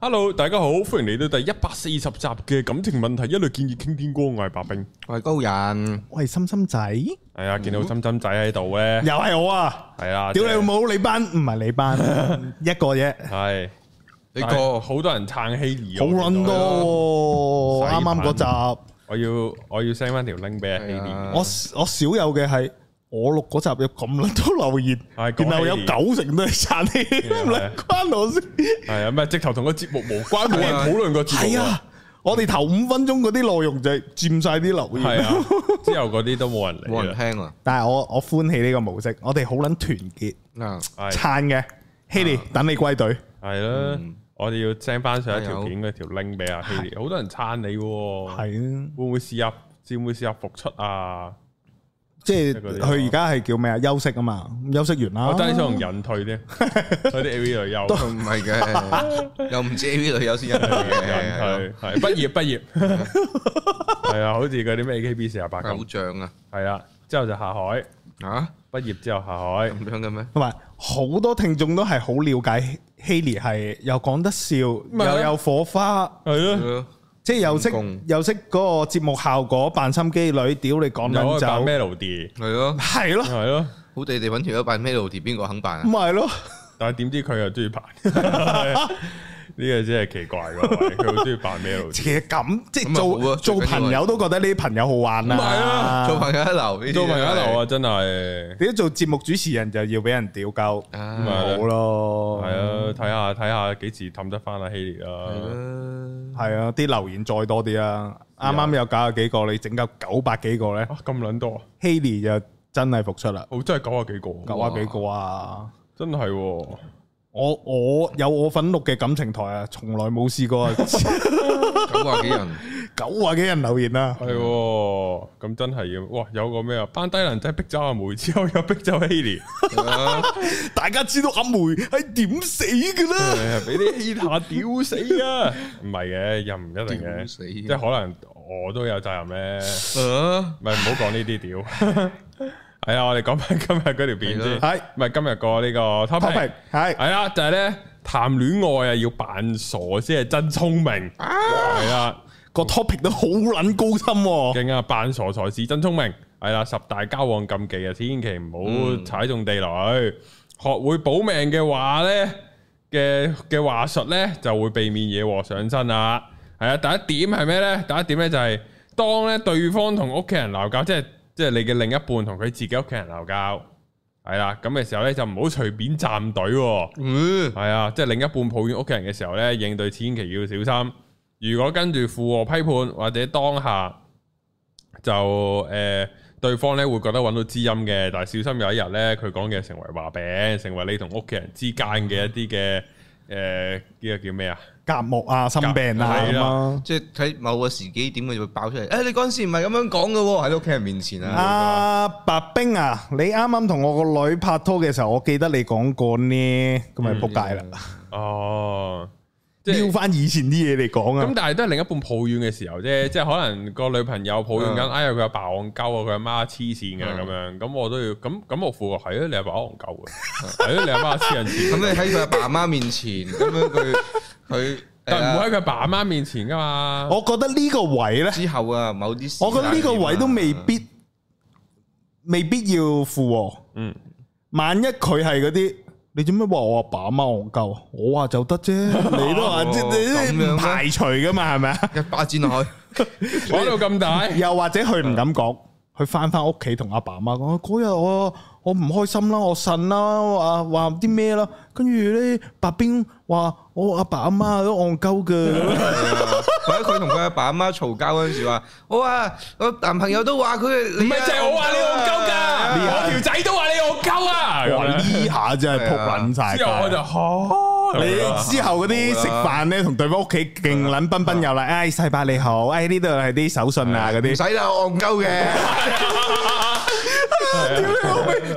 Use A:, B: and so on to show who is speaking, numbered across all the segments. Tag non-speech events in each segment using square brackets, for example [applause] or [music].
A: Hello，大家好，歡迎嚟到第一百四十集嘅感情問題一律建議傾天光，我係白冰。
B: 我係高人，
C: 我係心心仔，又
A: 係啊，見到針針仔喺度咧，
C: 係我啊！
A: 係啊，
C: 屌你
A: 即係
C: 老母，你班唔係
A: [laughs]
C: 你班一個啫，
A: 係
B: 你
A: 但係
B: 個
A: 好多人撐希兒，
C: 好
A: 我見
C: 撚
A: 到
C: 多喎。
A: 洗
C: 啱
A: 版
C: 啱嗰集，
A: 啊我要我要 send 翻條 link 俾阿希
B: 係啊
A: 兒，
C: 我我少有嘅係我錄嗰集有咁撚多留言，
A: 係講
C: 然後有
A: 起
C: 九成都係撐你，
A: 係啊
C: 唔撚關我事。
A: 係啊，咩直頭同個節目無關，冇人
B: 係啊
A: 討論個節目
C: 係啊，我哋頭五分鐘嗰啲內容就係佔晒啲留
A: 喎，係
C: 言。
A: 啊，之後嗰啲都冇人
B: 冇
A: 理
B: 人
A: 啦，
B: 聽啊，
C: [laughs] 但係我我歡喜呢個模式，我哋好撚團結，
A: [laughs]
B: 嗱，
A: 係
C: 撐嘅。希利等你歸隊，
A: 係啦，我哋要 send 翻上一條
B: 加油
A: 片嗰條 link 俾阿希兒，好多人撐你喎，
C: 係啊。
A: 會唔會試下？會唔會試下復出啊？
C: 即係佢而家係叫咩啊？休息啊嘛，休息完啦。
A: 我真係想同引退 [laughs] 啫，嗰啲 A V 女優。
B: 唔係嘅，又唔知 A V 女優先入去嘅，
A: 人係係 [laughs] 畢業畢業，係啊，好似嗰啲咩 AKB 四廿八
B: 偶
A: 咁，
B: 像啊，
A: 係啦，之後就下海，
B: 啊
A: 畢業之後下海
B: 咁，樣嘅咩？
C: 同埋好多聽眾都係好了解 Haley 係又講得笑，
A: 係啊
C: 又有火花，
A: 係咯，
B: 係
C: 即係又
B: 唔共
C: 識又識嗰個節目效果，扮心機女，屌你講
A: 有
C: 撚
A: 啊扮
C: 走，
A: melody，
B: 咯，
C: 係咯，
A: 係咯，
B: 好地地揾條友扮 Melody，邊個肯扮啊？
C: 咪係咯，
A: 但係點知佢又中意 [laughs] 扮，呢個真係奇怪喎，佢好中意扮 [laughs] melody，
C: 其實咁即係
B: 咁啊好
C: 做
B: 啊最
C: 做
B: 緊要係
C: 朋友都覺得呢啲朋友好玩
A: 唔係啊
C: 啦，
B: 做朋友一流，呢啲
A: 做朋友一流啊，真係，
C: 你都做節目主持人就要俾人屌鳩，
B: 啊
A: 咁啊
C: 好咯，
A: 係啊，睇下睇下幾時氹得翻阿希烈啊啦， [laughs]
B: 真係，
C: 係啊，啲留言再多啲啊！啱啱有九十幾個，你整夠九百幾個咧
A: 啊咁撚多啊，
C: ，Haley 就真係復出啦，
A: 好真係九啊幾個，
C: 九啊幾個啊！
A: 真係喎。
C: 我我有我份錄嘅感情台啊，從來冇試過啊 [laughs]
B: 九啊幾人，
C: 九啊幾人留言啊！
A: 系喎，咁真係要哇！有個咩啊？班低能仔逼走阿梅之後，又逼走 Haley，
C: 大家知道阿梅係點死嘅啦，
A: 係啊俾啲 h 塔屌死啊！唔係嘅，又唔一定嘅，
B: 屌死
A: 即係可能我都有責任咧。
B: 啊
A: 唔係唔好講呢啲屌。係啊，我哋講翻今日嗰條片先。
B: 係
C: 係
A: 唔係今日個呢個 topic？
C: topic 係
A: 係啦，就係咧談戀愛啊，要扮傻先係真聰明。係啦。
C: 個 topic 都好撚高深喎，
A: 勁啊！扮傻才是真聰明，係啦，十大交往禁忌啊，千祈唔好踩中地雷。學會保命嘅話呢，嘅嘅話術呢，就會避免惹禍上身啦。係啊，第一點係咩呢？第一點呢，就係、當咧對方同屋企人鬧交，即係即係你嘅另一半同佢自己屋企人鬧交，係啦，咁嘅時候呢，就唔好隨便站隊喎。
B: 嗯，
A: 系啊，即系另一半抱怨屋企人嘅時候咧，應對千祈要小心。如果跟住附和批判或者當下就诶、呃，对方咧會覺得揾到知音嘅，但系小心有一日咧，佢講嘅成為話柄，成為你同屋企人之間嘅一啲嘅诶，呢、個叫咩啊？
C: 隔膜啊、心病啊
A: 係
C: 咁
A: 啦
C: 啊，
B: 即係睇某個時機點，佢就會爆出嚟。誒，你嗰陣時唔係咁樣講嘅喎，喺屋企人面前啊，
C: 阿白冰啊，你啱啱同我個女拍拖嘅時候，我記得你講過呢，咁咪仆街啦。
A: 哦，嗯即係
C: 撩翻以前啲嘢嚟講
A: 咁
C: 啊，
A: 但係都係另一半抱怨嘅時候啫，即係可能個女朋友抱怨緊，
B: 嗯
A: 哎呀佢阿爸戇鳩啊，佢阿媽黐線嘅
B: 嗯
A: 咁樣，咁我都要，咁咁我附和係啊，你阿爸戇鳩啊， [laughs] 係啊，你阿媽黐人
B: 咁
A: 線，
B: 你喺佢阿爸阿媽面前，咁樣佢佢，
A: [laughs] 但係唔會
B: 係啊
A: 喺佢阿爸阿媽面前噶嘛，
C: 我覺得呢個位呢，
B: 之後啊，某啲時
C: 我覺得呢個位都未
B: 間
A: 啊
C: 必未必要附和。
A: 嗯，
C: 萬一佢係嗰啲，你做咩話我阿爸阿媽戇鳩啊？我話就得
A: [laughs]
C: 啫，你都話
B: 哦
C: 即
B: 咁樣
C: 你
B: 咩
C: 唔排除噶嘛，係咪啊？
B: 啊一巴剪
A: [laughs]
B: 落去，
A: 講到咁 [laughs] 大，
C: 又或者佢唔敢講，佢翻翻屋企同阿爸阿媽講，嗰日我我唔開心啦，我呻啦，話話啲咩啦，跟住咧白冰話我阿爸阿媽都戇鳩嘅。
A: 啊
B: 或者佢同佢阿爸阿媽嘈交嗰陣時話：我啊，我男朋友都話佢，
A: 唔
B: 唔
A: 係就係我話你戇鳩 [laughs] 㗎，我條仔都話你戇鳩啊，
C: 哇！
A: 咁
C: 呢下真係撲撚晒
A: 樣
C: 街。
A: 之後我就嚇
C: 你之後嗰啲食飯咧，同對方屋企勁撚賓賓友啦，唉，哎細伯你好，唉，呢度啊係啲手信啊嗰
B: 唔
C: [laughs] 啲，
B: 使啦，我戇鳩嘅，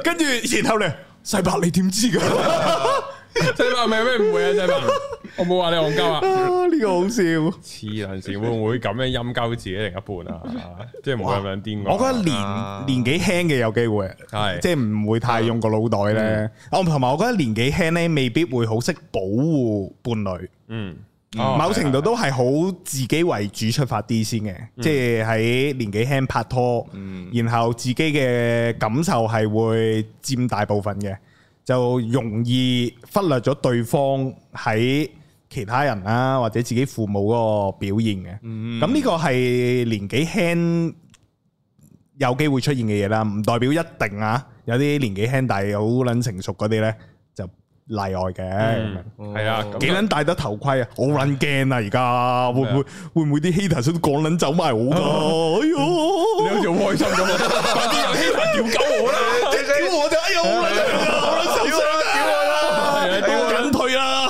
C: 跟住然後咧，細伯你點 [laughs] 知㗎？啊
A: 細 [laughs] 伯咪有咩誤會啊，細伯，我冇話你戇鳩啊。
C: 啊呢個好 [laughs] 笑。
A: 黐撚線，會唔會咁樣陰鳩自己另一半啊？即係唔會咁樣癲㗎
C: 我覺得
B: 啊
C: 年年紀輕嘅有機會，啊
A: 係
C: 即係唔啊嗯會太用個腦袋哦咧。我同埋我覺得年紀輕咧，未必會好識保護伴侶。
A: 嗯哦
C: 某程度都係好自己為主出發啲先嘅，即係喺年紀輕拍拖，然後自己嘅感受係會佔大部分嘅，就容易忽略咗對方喺其他人啦、或者自己父母嗰個表現嘅。咁呢個係年紀輕有機會出現嘅嘢啦，唔代表一定啊。有啲年紀輕但係好撚成熟嗰啲呢，就例外嘅。
B: 嗯
A: 系啊，
B: 哦
A: 咁啊
C: 幾撚戴得頭盔啊！我撚驚啊！而家會唔會會唔會啲 hater 都講撚走埋我㗎？哎
A: 你
C: 呦
A: 好，似好開心咁啊！ [laughs] 快啲入希特屌鳩我啦！
C: 屌我就哎呦，好撚傷啊，好撚受傷啊！
A: 屌我
C: 倒緊退啦！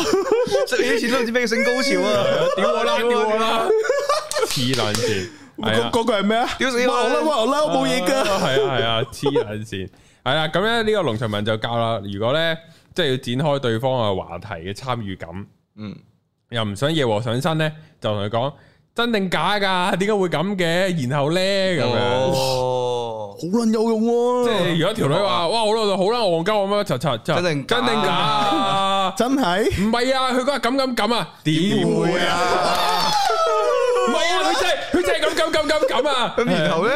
B: 食完啲錢都唔知咩性高潮啊！
A: 屌我 [laughs] 啦！屌我啦！黐撚 [laughs] 線，係啊
C: 嗰嗰句係咩啊？
B: 屌死我
C: 哇
B: 啦
C: 啦哇啦，我冇嘢㗎。
A: 係啊係啊，黐撚線。係啦，咁咧呢個龍長文就教啦。如果咧即係要展開對方嘅話題嘅參與感，
B: 嗯，
A: 又唔想惹禍上身咧，就同佢講真定假㗎？點解會咁嘅？然後咧咁樣。
B: 哦，
C: 好撚有用
A: 即係
C: 喎！
A: 如果條女話哇好啦好啦，戇鳩咁樣，柒柒柒，
B: 真定假
A: 真定假？
C: 真係
A: 唔係啊，佢嗰日咁咁咁啊，點會
C: à?
A: 啊？
B: 啊！
A: 唔係啊，佢真係佢真係咁咁咁咁咁啊！
B: 咁然後咧，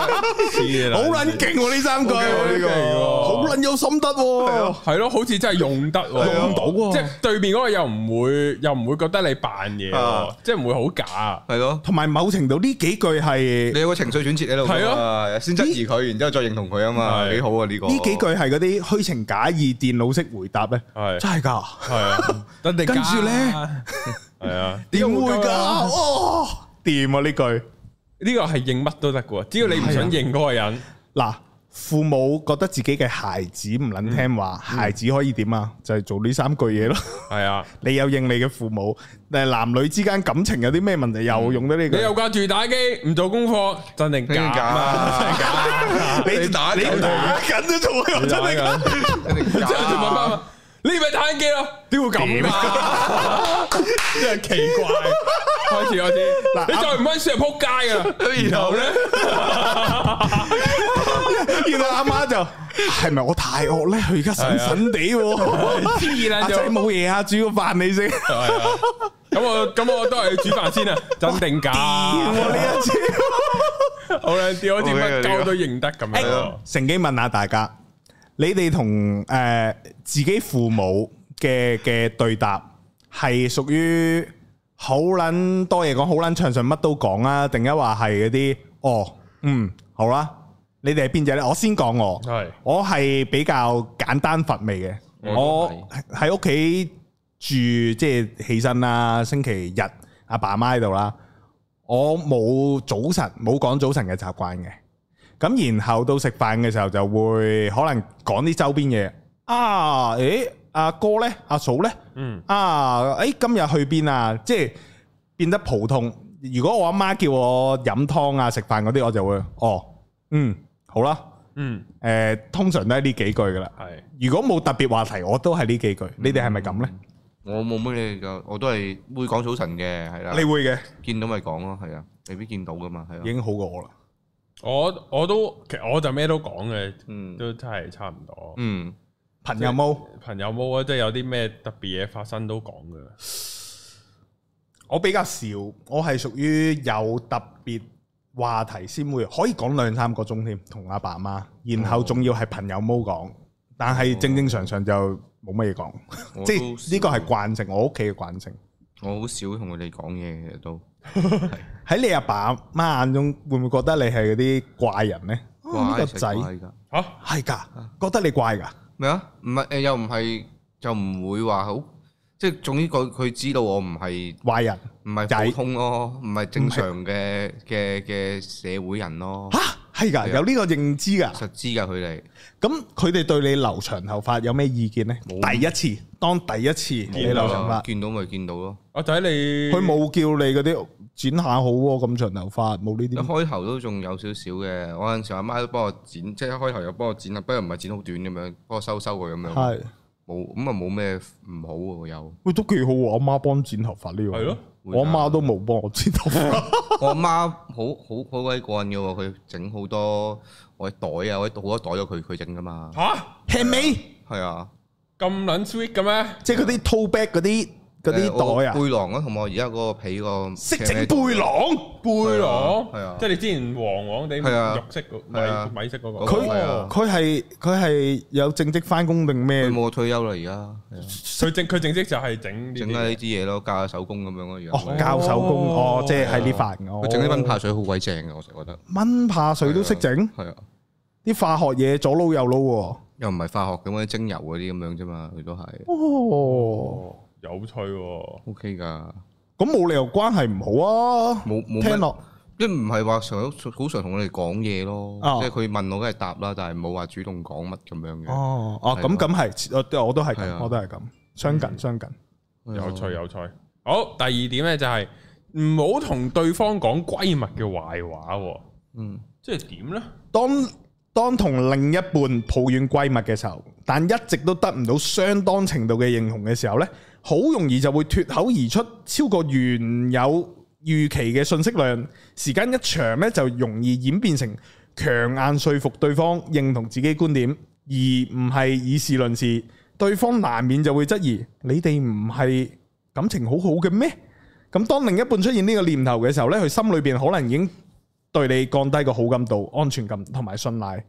A: 黐
C: 好撚勁喎！呢三句
A: 好撚勁喎
C: 好撚有心得喎！
A: 係咯，好似真係用得喎，
C: 用到喎
A: 即係對面嗰個又唔會又唔會覺得你扮嘢喎
B: 啊，
A: 即係唔會好假。
B: 係咯，
C: 同埋某程度呢幾句係
B: 你有個情緒轉折喺度，
A: 係
B: 啊，先質疑佢，然之後再認同佢啊嘛，
A: 係
B: 幾好啊呢個。
C: 呢幾句係嗰啲虛情假意電腦式回答咧，
A: 係
C: 真係㗎。
A: 係啊，真定假
C: 跟住咧，
A: 係啊，
C: 點會㗎？哦，掂啊呢句。
A: 呢個係認乜都得嘅喎，只要你唔想認嗰個人，
C: 嗱，父母覺得自己嘅孩子唔撚聽話，孩子可以點啊？就係做呢三句嘢 [laughs] 咯。
A: 係啊，
C: 你有應你嘅父母，但係男女之間感情有啲咩問題，又用得呢句
A: 你。又掛住打機唔做功課，真定
B: 真定
A: 假啊？
B: 假？你打
C: 你
B: 緊
C: 打緊都做 [laughs] 啊，真係㗎
A: 㗎。
B: 真定假？
A: 之後就問翻我你咪打緊機咯，點會咁啊？真係奇怪，開始開始，
C: 嗱
A: 你再唔温書就撲街㗎啦。
B: 咁然後咧，
C: 原來阿媽就係咪我太惡咧？佢而家神神地喎，
A: 黐
B: À,
C: 阿
A: 撚
C: 仔
A: 咗。
C: 冇嘢啊，煮個飯你食。
A: 係啊咁我咁我都係煮飯先啊，真定假？
C: 我呢一次。
A: 好啦，屌好似
B: OK
A: 乜
B: 啊呢個
A: 鳩都認得咁樣喎。
C: 乘機問下大家，你哋同誒自己父母嘅嘅對答係屬於好撚多嘢講，好撚暢順，乜都講啊？定一話係嗰啲哦，嗯，好啦，你哋係邊只咧？我先講我，
A: 係
C: 我係比較簡單乏味嘅，
B: 我
C: 我
B: 都係
C: 喺屋企住，即係起身啦，星期日阿爸媽喺度啦，我冇早晨冇講早晨嘅習慣嘅。咁然後到食飯嘅時候就會可能講啲周邊嘢啊，誒阿哥呢，阿嫂呢，
A: 嗯
C: 啊，誒今日去邊啊？即係變得普通。如果我阿媽叫我飲湯啊、食飯嗰啲，我就會哦，嗯，好啦，
A: 嗯
C: 誒、通常都係呢幾句噶啦。
A: 係
C: 如果冇特別話題，我都係呢幾句。你哋係咪咁呢？
B: 我冇乜嘢㗎，我都係會講早晨嘅，係啦。
C: 你會嘅，
B: 見到咪講咯，係啊，未必見到噶嘛，係
C: 已
B: 啊。
C: 經好過我啦。
A: 我我都其實我就咩都講嘅，
B: 嗯
A: 都真係差唔多。
B: 嗯，
C: 朋友冇，
A: 朋友冇啊，即係有啲咩特別嘢發生都講嘅。
C: 我比較少，我係屬於有特別話題先會可以講兩三個鐘添，同阿爸媽，然後仲要係朋友冇講，但係正正常常就冇乜嘢講，
B: 我
C: 即
B: 都
C: 係
B: 少
C: 呢個係慣性，我屋企嘅慣性。
B: 我好少同佢哋講嘢，其實都
C: 喺你阿爸媽眼中，會唔會覺得你係嗰啲怪人呢？哦呢個仔
B: 乖㗎。
A: 吓
C: 係㗎，覺得你怪㗎。
B: 咩啊？唔係誒，又唔係就唔會話好，即係總之佢佢知道我唔係
C: 壞人
B: 唔係普通咯，唔係正常嘅嘅嘅社會人咯，
C: 吓係㗎，有呢個認知㗎。
B: 實知㗎佢哋。
C: 咁佢哋對你留長頭髮有咩意見呢？第一次，當第一次你留長髮，
B: 見到咪見到咯，
A: 我仔你
C: 佢冇叫你嗰啲剪下好喎，咁長頭髮冇呢
B: 一
C: 啲。
B: 開頭都仲有少少嘅，我有陣時阿媽都幫我剪，即係一開頭又幫我剪啊啦，不過唔係剪好短咁樣，幫我收收佢咁樣，
C: 係，
B: 冇咁啊冇咩唔好喎又。
C: 喂都幾好喎！我媽幫剪頭髮呢個，
A: 係咯，
C: 我媽都冇幫我剪頭 [laughs] 髮。
B: 我阿媽好好好鬼過癮嘅喎，佢整好多我啲袋啊，我啲好多袋都佢佢整噶嘛，
A: 吓
C: 係咪？
B: 係啊，
A: 咁撚 sweet 嘅咩？
C: 即係嗰啲 tote bag 嗰啲嗰啲
B: 誒
C: 袋
B: 我
C: 啊，
B: 背囊啊，同埋我而家嗰個被個
C: 識整背囊，
A: 背囊，
B: 係啊
A: 即係你之前黃黃地
B: 係啊
A: 肉色嗰
B: 係啊
A: 米米色嗰個，
B: 佢係
A: 哦
B: 啊
C: 佢係佢係有正職翻工定咩
B: 佢？冇退休啦，而家係啊
A: 佢正佢正職就係整呢
B: 整下呢
A: 啲
B: 啲嘢咯，教下手工咁樣咯，而家
C: 哦，教手工
A: 哦
C: 哦，即係喺呢塊哦
B: 佢整啲蚊怕水好鬼正嘅，我成日覺得
C: 蚊怕水都識整，
B: 係啊，
C: 啲化學嘢左撈右撈
B: 又唔係化學咁嗰啲精油嗰啲咁樣啫嘛，佢都係
C: 喎。哦，
A: 哦，有趣喎，
B: OK 㗎，
C: 咁冇理由關係唔好啊！
B: 冇冇
C: 聽
B: 乜。
C: 落
B: 即係唔係話常好常同我哋講嘢咯，
C: 哦
B: 即係佢問我梗係答啦，但係冇話主動講乜咁樣嘅。
C: 哦哦，咁
B: 係啊
C: 咁係，我我都
B: 係
C: 係咁，
B: 啊
C: 我都係咁，相近相近。
B: 係
C: 嗯
B: 啊
A: 有趣有趣。好，第二點咧就係唔好同對方講閨蜜嘅壞話喎，
B: 嗯，
A: 即係點咧？
C: 當當同另一半抱怨閨蜜嘅時候，但一直都得唔到相當程度嘅認同嘅時候呢，好容易就會脱口而出超過原有預期嘅信息量。時間一長呢，就容易演變成強硬說服對方認同自己觀點，而唔係以事論事。對方難免就會質疑：你哋唔係感情好好嘅咩？咁當另一半出現呢個念頭嘅時候呢，佢心裏邊可能已經對你降低個好感度、安全感同埋信賴。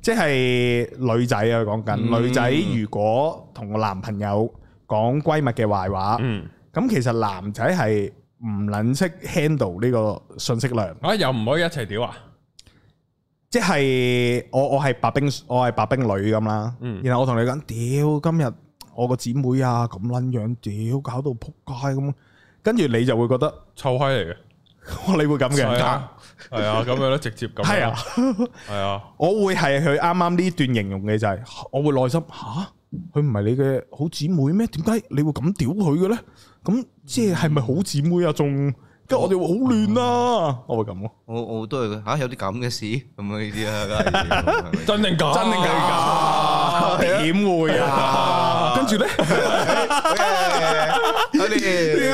C: 即係女仔啊，講緊、
B: 嗯
C: 女仔，如果同個男朋友講閨蜜嘅壞話，咁、
A: 嗯，
C: 其實男仔係唔撚識 handle 呢個信息量。
A: 啊又唔可以一齊屌啊？
C: 即係我我係白冰我係白冰女咁啦，
A: 嗯
C: 然後我同你講，屌今日我個姊妹啊咁撚樣，屌搞到撲街咁，跟住你就會覺得， [laughs]
A: 臭閪嚟嘅，
C: 哇你會咁
A: 係
C: 嘅，
A: 啊，係啊，咁樣咯，直接咁，
C: 係啊，，
A: 係啊，
C: 我會係佢啱啱呢段形容嘅就係、我會內心吓，佢唔係你嘅好姊妹咩？點解你會咁屌佢嘅咧？咁即係係咪好姊妹啊？仲跟住我哋會好亂啦，我會咁咯，
B: 我我都係嚇有啲咁嘅事咁樣呢啲啦，梗係係咪
A: 真定假？
C: 真定假？點會啊？跟住咧。
B: 有啲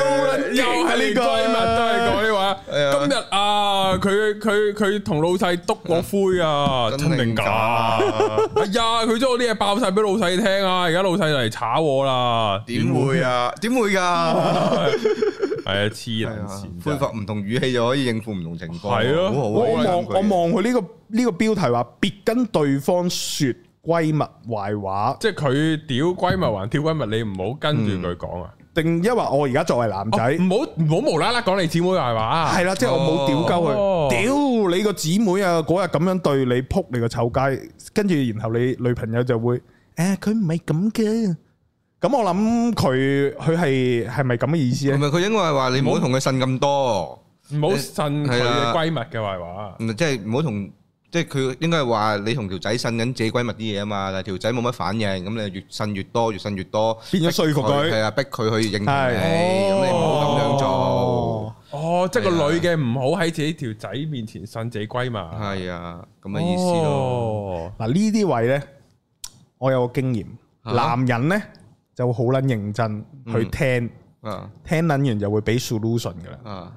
A: [laughs] 又係呢個閨蜜都係講呢話。
B: 係啊
A: 今日啊，佢佢佢同老細督我灰啊，真定假？哎呀，佢將我啲嘢爆晒俾老細聽啊，而家老細嚟炒我啦。
B: 點會啊？點會㗎？
A: 係啊，黐
B: 係
A: 撚
B: 啊
A: 線，
B: 恢復唔同語氣就可以應付唔同情況，
A: 係咯
B: 好好啊
C: 我
B: 呢
C: 望
B: 兩句
C: 我望佢呢個呢、個標題話，別跟對方說閨蜜壞話，
A: 即係佢屌閨蜜還屌閨蜜，你唔好跟住佢講啊，
C: 定一話我而家作為男
A: 哦
C: 仔，
A: 唔好唔好無啦啦講你姊妹壞話。
C: 係啦、即係我冇屌
A: 哦
C: 鳩佢，屌你個姊妹啊，嗰日咁樣對你，撲你個臭街，跟住然後你女朋友就會，誒佢唔係咁嘅，咁我諗佢佢係係咪咁嘅意思
B: 同
C: 咧？
B: 埋佢應該係話你唔好同佢呻咁多。
A: 唔好信佢
B: 係
A: 嘅
B: 啊
A: 閨蜜嘅壞話。
B: 唔係即係唔好同，即係佢應該係話你同條仔呻緊自己閨蜜啲嘢啊嘛，但係條仔冇乜反應，咁你就越呻越多，越呻越多，
C: 變咗說服佢
B: 係啊，逼佢去認同你，
C: 係
B: 咁你唔好咁樣做
C: 哦，
A: 哦，即係個女嘅唔好喺自己條仔面前信自己閨蜜。
B: 係啊，咁嘅意思咯，
A: 哦。
C: 嗱呢啲位呢，我有個經驗，
B: 嚇
C: 男人呢就好撚認真去聽。
B: 啊
C: 聽撚完就會俾 solution 噶啦。
B: 啊，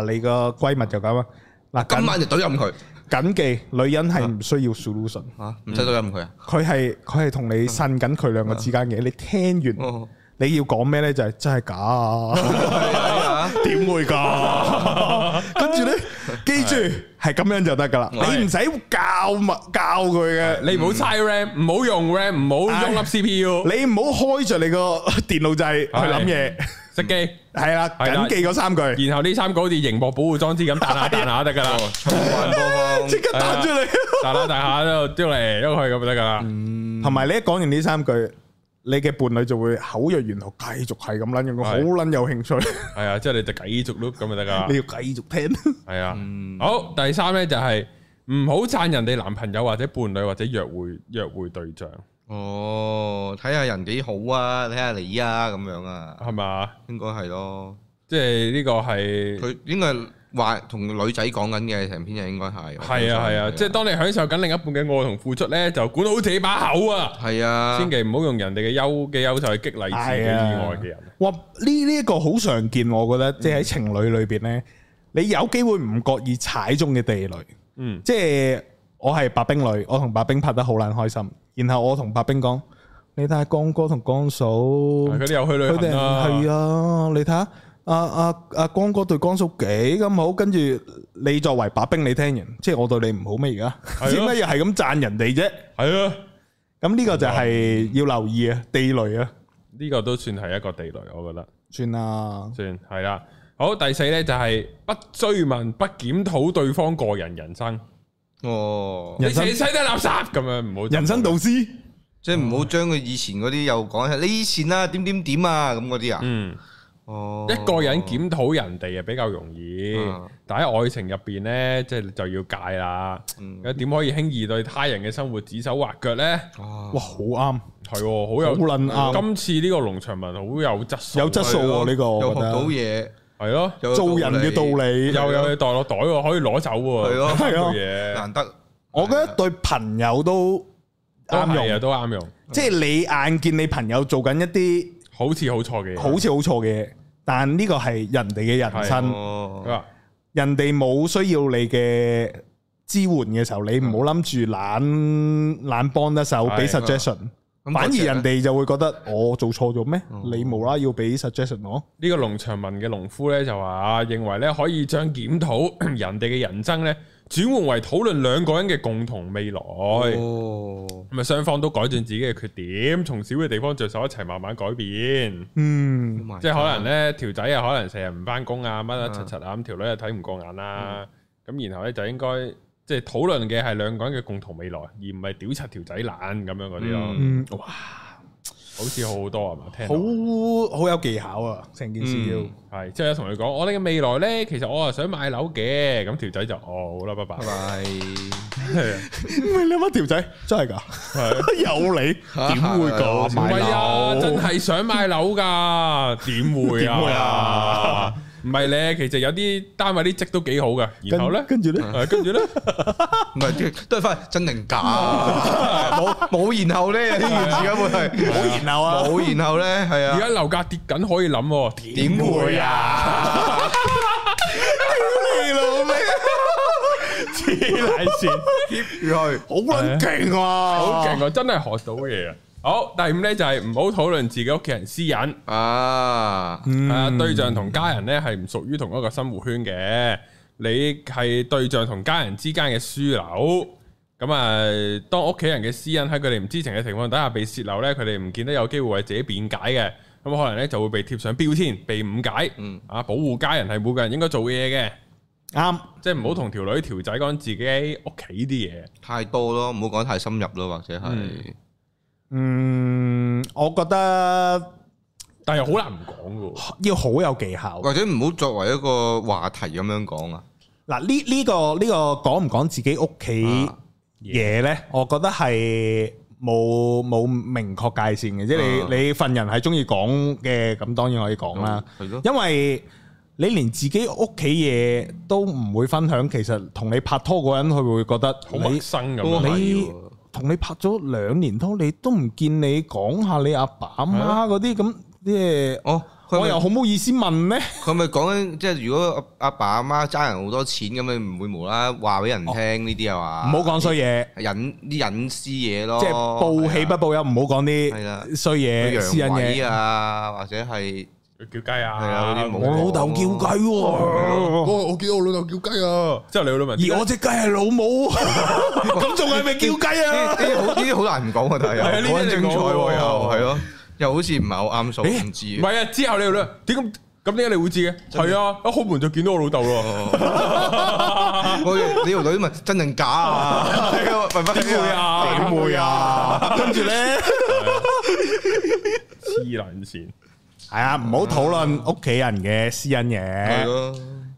C: 嗱，你個閨蜜就咁啊。嗱，
B: 今
C: 緊
B: 晚就懟冧佢
C: 緊記，女人係唔需要 solution，
B: 嚇，唔使懟冧佢啊，
C: 佢係佢係同你呻緊佢兩個之間嘅。你聽完
B: 哦，
C: 你要講咩呢？就係真係假啊？
B: 係啊
C: [laughs] 點會㗎？ [laughs] 跟住呢，記住係咁樣就得㗎啦。
A: 係
C: 你唔使教物教佢嘅。
A: 你唔好嘥 RAM，唔好用 RAM，唔好用粒 CPU，
C: 你唔好開着你個電腦掣去諗嘢，
A: 熄
C: 係啦，
A: 係啦
C: 緊記嗰三句，
A: 機，然後呢三個好似熒幕保護裝置咁彈下彈下得噶啦，
B: 環播
C: 即刻彈出嚟。
A: 彈下彈下喺度丟嚟丟去咁就得噶啦。
C: 同埋你一講完呢三句，你嘅伴侶就會口若懸河，繼續係咁撚樣，佢好撚有興趣，
A: 係啊，即係你就繼續 loop 咁就得噶啦
C: 你。要繼續聽。
A: 係啊，
B: 放，
A: 好第三咧就係唔好讚人哋男朋友或者伴侶或者約會約會對象
B: 哦，睇下人幾好啊，睇下你啊，咁樣啊，
A: 係嘛？
B: 應該係咯。
A: 即係呢個係
B: 佢應該係話同女仔講緊嘅成篇嘢應該係。
A: 係啊係啊，即係當你享受緊另一半嘅愛同付出咧，就管好自己把口啊，
B: 係啊，
A: 千祈唔好用人哋嘅優嘅優秀去激勵自己以
C: 係啊
A: 外嘅人。
C: 哇！呢呢一個好常見，我覺得，即係喺情侶裏邊呢，你有機會唔覺意踩中嘅地雷。
A: 嗯，
C: 即係我係白冰女，我同白冰拍得好撚開心，然後我同白冰講：你睇下江哥同江嫂，
A: 佢
C: 佢
A: 哋又去旅
C: 哋
A: 行啊啦，
C: 係啊，你睇下阿阿阿江哥對江嫂幾咁好，跟住你作為白兵，你聽完，即係我對你唔好咩？而
A: 係
C: 家
A: 啊
C: 點解又係咁讚人哋啫？
A: 係啊，
C: 咁呢個就係要留意啊，地雷啊，
A: 呢個都算係一個地雷，我覺得
C: 算啦，
A: 算係啦。好，第四呢就係不追問、不檢討對方個人人生，
B: 哦，
A: 你
C: 人生
A: 成世都係垃圾咁樣，唔好
C: 人生導師。
B: 即係唔好將佢以前嗰啲又講，你以前啊點點點啊咁嗰啲啊，
A: 嗯。
B: 哦，
A: 一個人檢討人哋啊比較容易，
B: 嗯
A: 但喺愛情入邊呢，即係就要戒啦。
B: 嗯
A: 咁點可以輕易對他人嘅生活指手畫腳呢？
B: 哦
C: 哇，好啱，
A: 係喎，
C: 好
A: 好有
C: 撚啱，
A: 今次呢個農場文好有質素，啊
C: 有質素
B: 係咯
C: 喎呢個，
B: 又
C: 我
B: 學
C: 覺
B: 到
C: 得
B: 嘢，
A: 係咯，
B: 又有
C: 做人嘅道理。
A: 又有嘢袋落袋喎，可以攞走喎，
B: 係咯
A: 三個嘢
B: 難得，
C: 我覺得對朋友都
A: 都
C: 啱
A: 係啊，
C: 用，
A: 都啱用，
C: 即係你眼見你朋友做緊一啲
A: 好似好錯嘅嘢。
C: 好似好錯嘅嘢，但呢個係人哋嘅人
A: 啊
C: 生，
A: 佢
B: 哦，
A: 話
C: 人哋冇需要你嘅支援嘅時候，你唔好諗住懶懶幫得手
A: 係
C: 俾 suggestion，
B: 咁
C: 反而
B: 嗰隻呢
C: 人哋就會覺得我做錯咗咩？你無啦啦要俾 suggestion 我，
A: 呢個農場文嘅農夫呢，就話認為呢可以將檢討人哋嘅人生呢，轉換為討論兩個人嘅共同未來。
B: 哦，
A: 咁啊，雙方都改進自己嘅缺點，從小嘅地方着手，一齊慢慢改變。
C: 嗯。
A: 即係可能咧，條仔啊，可能成日唔翻工啊，乜乜柒柒啊，咁條女又睇唔過眼啦。咁然後咧就應該即係討論嘅係兩個人嘅共同未來，而唔係屌柒條仔懶咁樣嗰啲咯。
C: 嗯，
A: 好似好好多啊係嘛？聽到
C: 好好有技巧啊！成件事要
B: 嗯
A: 係即係同佢講，我哋嘅未來咧，其實我啊想買樓嘅。咁條仔就哦，好啦，拜拜。
B: 係
C: 喂，你乜條仔
A: [laughs]
C: 真係噶？有你點會咁
A: 唔係啊，
C: 買樓
A: 真係想買樓
C: [laughs]
A: 㗎，點會
C: 點會
A: 啊
C: 啊？
A: 唔係咧，其實有啲單位啲積都幾好㗎。然後咧，
C: [laughs] 跟跟啊住咧，
A: 誒跟住咧。
B: 唔係即係都係翻真定假， [laughs] 冇冇然後咧呢件事根本係
C: 冇然後啊，
B: 冇然後咧係
A: 而
B: 啊，
A: 家樓價跌緊，可以諗喎
B: 點會
A: 啊？
C: 你老味，
A: 黐撚線，
B: 佢
C: 好撚勁啊！
A: 好勁啊！真係學到嘢啊！好，第五呢就係唔好討論自己屋企人私隱。
B: 啊，
A: 誒、對象同家人呢係唔屬於同一個生活圈嘅，你係對象同家人之間嘅樞紐。咁啊，當屋企人嘅私隱喺佢哋唔知情嘅情況底下被泄漏呢，佢哋唔見得有機會為自己辯解嘅。咁可能呢就會被貼上標籤，被誤解。
B: 嗯
A: 啊，保護家人係每個人應該做嘅嘢嘅，
C: 啱，
A: 即係唔好同條女條仔講自己屋企啲嘢。
B: 太多咯，唔好講太深入咯，或者係
C: 嗯，我覺得
A: 但係好難唔講噶。
C: 要好有技巧。
B: 或者唔好作為一個話題咁樣講啊，
C: 嗱，呢呢個呢個講唔講自己屋企嘢咧？我覺得係冇冇明確界線嘅，即係你你份人係中意講嘅，咁當然可以講啦。
B: 係咯，
C: 因為你連自己屋企嘢都唔會分享，其實同你拍拖嗰人，佢會覺得
A: 好陌
C: 你
A: 生咁啊
B: 都
A: 樣，
B: 係
C: 你
B: 喎
C: 同你拍咗兩年拖，你都唔見你講下你阿爸阿媽嗰啲咁，即係
B: 哦，佢
C: 我
B: 咪
C: 又好冇意思問咧。
B: [laughs] 佢咪講緊，即係如果阿阿爸阿媽爭人好多錢咁，你唔會無啦啦話俾人聽呢啲係
C: 哦唔
B: 嘛？
C: 好講衰嘢，
B: 隱啲隱私嘢咯，
C: 即係報喜不報憂，唔好講
B: 哦係啦
C: 啲衰嘢、私隱
B: 陽痿
C: 嘢。
B: 啊，或者
C: [laughs]
B: 係
A: 叫雞
B: 係啊
A: 啊！哦
B: 嗰啲冇
C: 我老豆叫雞喎，
A: 我我見到我老豆叫雞啊！之後你老豆
C: 而我只雞係老母，咁仲係咪叫雞
B: 呢
C: 啊？
B: 啲好呢啲好難講啊，但係又
A: 係啊呢啲
B: 好撚精彩
A: 你講
B: 喎，
A: 喎
B: 又係咯，又好似唔係好啱數，
C: 咦
B: 唔
A: 唔
B: 知啊
A: 係啊！之後你老豆點咁咁點解你會知嘅？係啊！一開門就見到我老豆 [laughs] 咯，
B: 我你條女咪真定假
C: [laughs]
B: 啊？點
A: 點會啊
C: 點會啊？跟住咧。
A: 黐撚線，
C: 系啊，唔好討論屋企人嘅私隱
B: 係
C: 嘢。
B: 咯，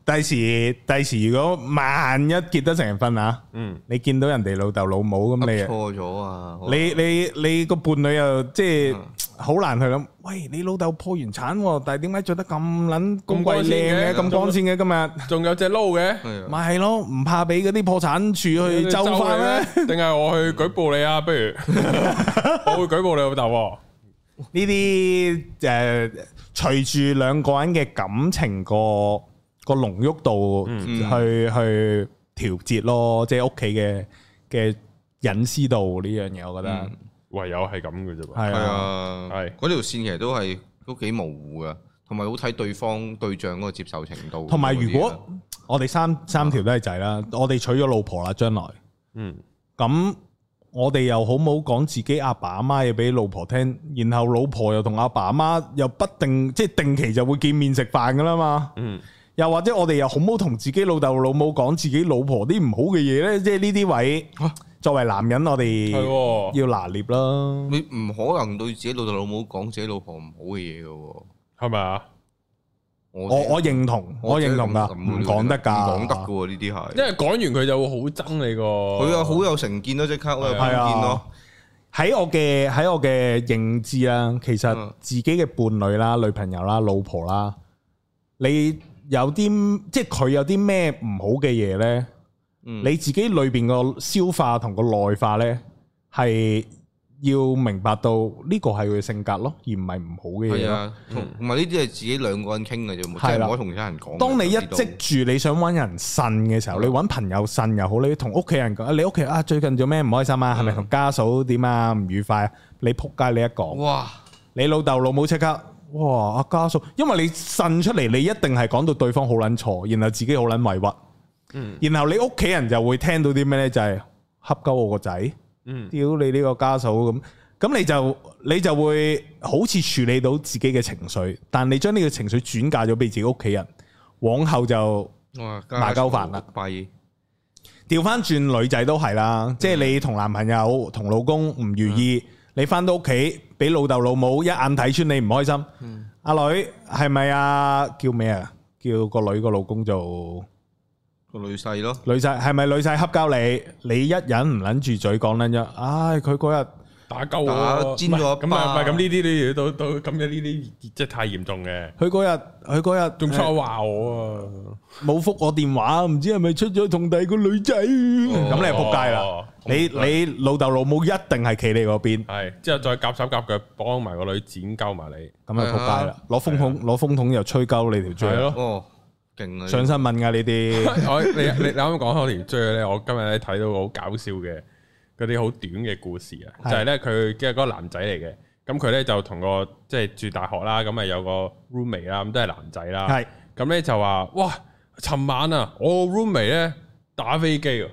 C: 第時第時，如果萬一結得成婚啊，
A: 嗯，
C: 你見到人哋老豆老母咁，
B: 錯咗啊！
C: 你你你你個伴侶又即係好難去諗。喂，你老豆破完產喎，但係點解着得咁撚高貴靚嘅，咁光鮮嘅今日？
A: 仲有隻撈嘅，
B: 係啊
C: 咪係咯，唔怕俾嗰啲破產處去周翻咩？
A: 你咧？定係我去舉報你啊？不如我會舉報你老豆喎。
C: 呢啲誒，隨住兩個人嘅感情個個濃郁度去去調節咯，即係屋企嘅嘅隱私度呢樣嘢，我覺得
A: 唯有係咁嘅啫
C: 係
A: 噃。
B: 係
C: 啊，
B: 啊，
A: 係
B: 嗰條線其實都係都幾模糊噶，同埋好睇對方對象嗰個接受程度。
C: 同埋如
B: 啊
C: 果我哋三三條都係仔啦，我哋娶咗老婆啦，將來
A: 嗯，
C: 咁我哋又好冇講自己阿爸阿媽嘢俾老婆聽，然後老婆又同阿爸阿媽又不定即係定期就會見面食飯噶啦嘛。
A: 嗯，
C: 又或者我哋又好冇同自己老豆老母講自己老婆啲唔好嘅嘢呢？即係呢啲位
B: 啊
C: 作為男人我
A: 係
C: 哋
A: 喎。
C: 要拿捏啦。
B: 你唔可能對自己老豆老母講自己老婆唔好嘅嘢嘅喎。
A: 係咪啊？
B: 我
C: 我我認同，我認同噶，
B: 咁
C: 唔
B: 嘅
C: 講得㗎，
B: 唔講得嘅喎呢啲係
A: 因。為講完佢就會好憎你個。
B: 佢
A: 佢
B: 啊好有成見咯，即刻好有偏
C: 係
B: 見
C: 啊
B: 咯。。
C: 喺我嘅喺我嘅認知啦，其實
B: 嗯
C: 自己嘅伴侶啦、女朋友啦、老婆啦，你有啲即係佢有啲咩唔好嘅嘢呢？
B: 嗯
C: 你自己裏邊個消化同個內化呢，係要明白到呢個係佢嘅性格咯，而唔係唔好嘅嘢
B: 係
C: 咯。
B: 啊，同同埋呢啲係自己兩個人傾嘅啫，即
C: 係
B: 係
C: 啦
B: 唔可以同其他人講嘅。
C: 當你一
B: 我知道
C: 積住你想揾人呻嘅時候，你揾朋友呻又好，你同屋企人講，啊你屋企啊最近做咩唔開心啊？係咪同家嫂點啊唔愉快啊？你仆街你一講。
B: 哇，
C: 你老豆老母即刻，哇！阿家嫂，因為你呻出嚟，你一定係講到對方好撚錯，然後自己好撚委屈，
A: 嗯
C: 然後你屋企人就會聽到啲咩呢？就係恰鳩我個仔，
A: 嗯
C: 屌你呢個家嫂咁，咁你就你就會好似處理到自己嘅情緒，但你將呢個情緒轉嫁咗俾自己屋企人，往後就
B: 哇
C: 麻鳩煩啦，
B: 弊
C: 調翻轉女仔都係啦，即係你同男朋友、同老公唔如意，你翻到屋企俾老豆老母一眼睇穿你唔開心。阿女係咪啊？叫咩啊？叫個女個老公做
B: 個女婿咯，
C: 女婿，係咪女婿恰交你？你一忍唔撚住嘴講撚咗，唉！佢嗰日
A: 打鳩
B: 打
A: 我，
B: 煎咗一
A: 唔係咁啊，
B: 巴
A: 唔係咁呢啲你都都咁嘅呢啲即係太嚴重嘅，
C: 佢嗰日佢嗰日
A: 仲
C: 呃
A: 錯話我啊！
C: 冇覆我電話，唔知係咪出咗同第二個女仔？咁你就仆街啦！
A: 哦
C: 你你老豆老母一定係企你嗰邊。
A: 係之後再夾手夾腳幫埋個女剪鳩埋你，
C: 咁就仆街啦！攞風筒，攞風筒又吹鳩你條
A: 係
C: 嘴，
A: 咯。
B: 哦，勁啊！
C: 上新聞噶呢 [laughs] 啲，
A: 我你你你啱啱講開條追咧，我今日咧睇到個好搞笑嘅嗰啲好短嘅故事啊，
C: 係
A: 就係咧佢即係嗰個男仔嚟嘅，咁佢咧就同個即係住大學啦，咁啊有個 roommate 啦，咁都係男仔啦，
C: 係
A: 咁咧就話哇，尋晚啊，我個 roommate 咧打飛機啊！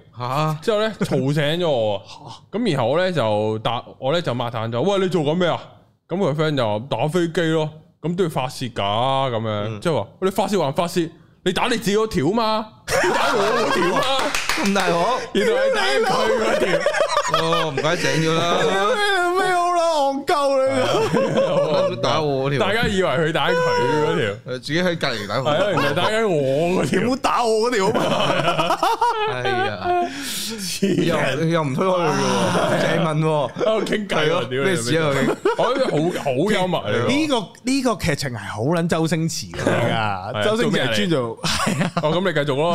B: 嚇
A: 之後咧嘈醒咗我，
C: [laughs]
A: 咁然後我咧就打我咧就抹炭咗，喂你做緊咩啊？咁佢 friend 就話打飛機咯，咁都要發泄㗎咁樣，
C: 嗯
A: 即係話你發泄還發泄，你打你自己嗰條嘛，你打我嗰條嘛，
B: 咁大鑊，
A: 原來你打佢嗰條，
B: 哦唔怪得醒咗啦，
C: 咩好啦，戇鳩
B: 打我嗰條，
A: 大家以為佢打佢嗰條，
B: 誒自己喺隔離打
A: 係啊，
B: 我，
A: 原來打緊我嗰
C: 你，你
A: 條
C: 唔，好打我嗰條嘛，
B: 係啊，
A: 黐線
B: 又又唔推開佢嘅喎，鄭問喎，
A: 喺度傾偈
B: 係
A: 喎，
B: 咯，
A: 屌
B: 咩事啊？佢？
A: 你！我覺得好好幽默嚟㗎，
C: 呢個呢個劇情係好撚周星馳 [laughs] 㗎，
A: 係
C: 周星
A: 做咩
C: 馳
A: 嚟
C: 係專啊做 [laughs] 係啊，
A: 哦咁你繼續咯，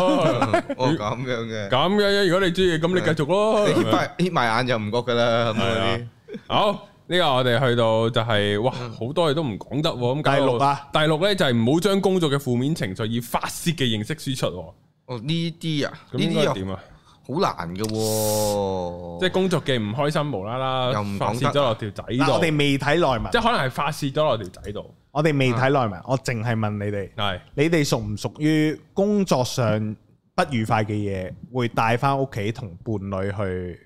B: 哦咁樣嘅，
A: 咁樣如果你中意，咁你繼續咯。
B: 你
A: 咁
B: hit
A: 樣
B: 埋 hit 埋眼就唔覺噶啦，咁
A: 係
B: 嗰啲
A: 啊。好，呢個我哋去到就係哇，好多嘢都唔講得喎。咁搞到
C: 第六啊，
A: 第六咧就係唔好將工作嘅負面情緒以發泄嘅形式輸出喎。
B: 哦呢啲啊，
A: 咁
B: 呢
A: 應
B: 啲
A: 該
B: 又
A: 點啊？
B: 好難嘅喎，
A: 即係工作嘅唔開心，無啦
B: 又
A: 啦
B: 唔講得
A: 發泄咗落條仔
C: 嗱我哋
A: 度，
C: 未睇內文
A: 即，係可能係發泄咗落條仔度。
C: 我哋未睇內文，我淨係問你哋，
A: 係
C: 你哋屬唔屬於工作上不愉快嘅嘢會帶翻屋企同伴侶去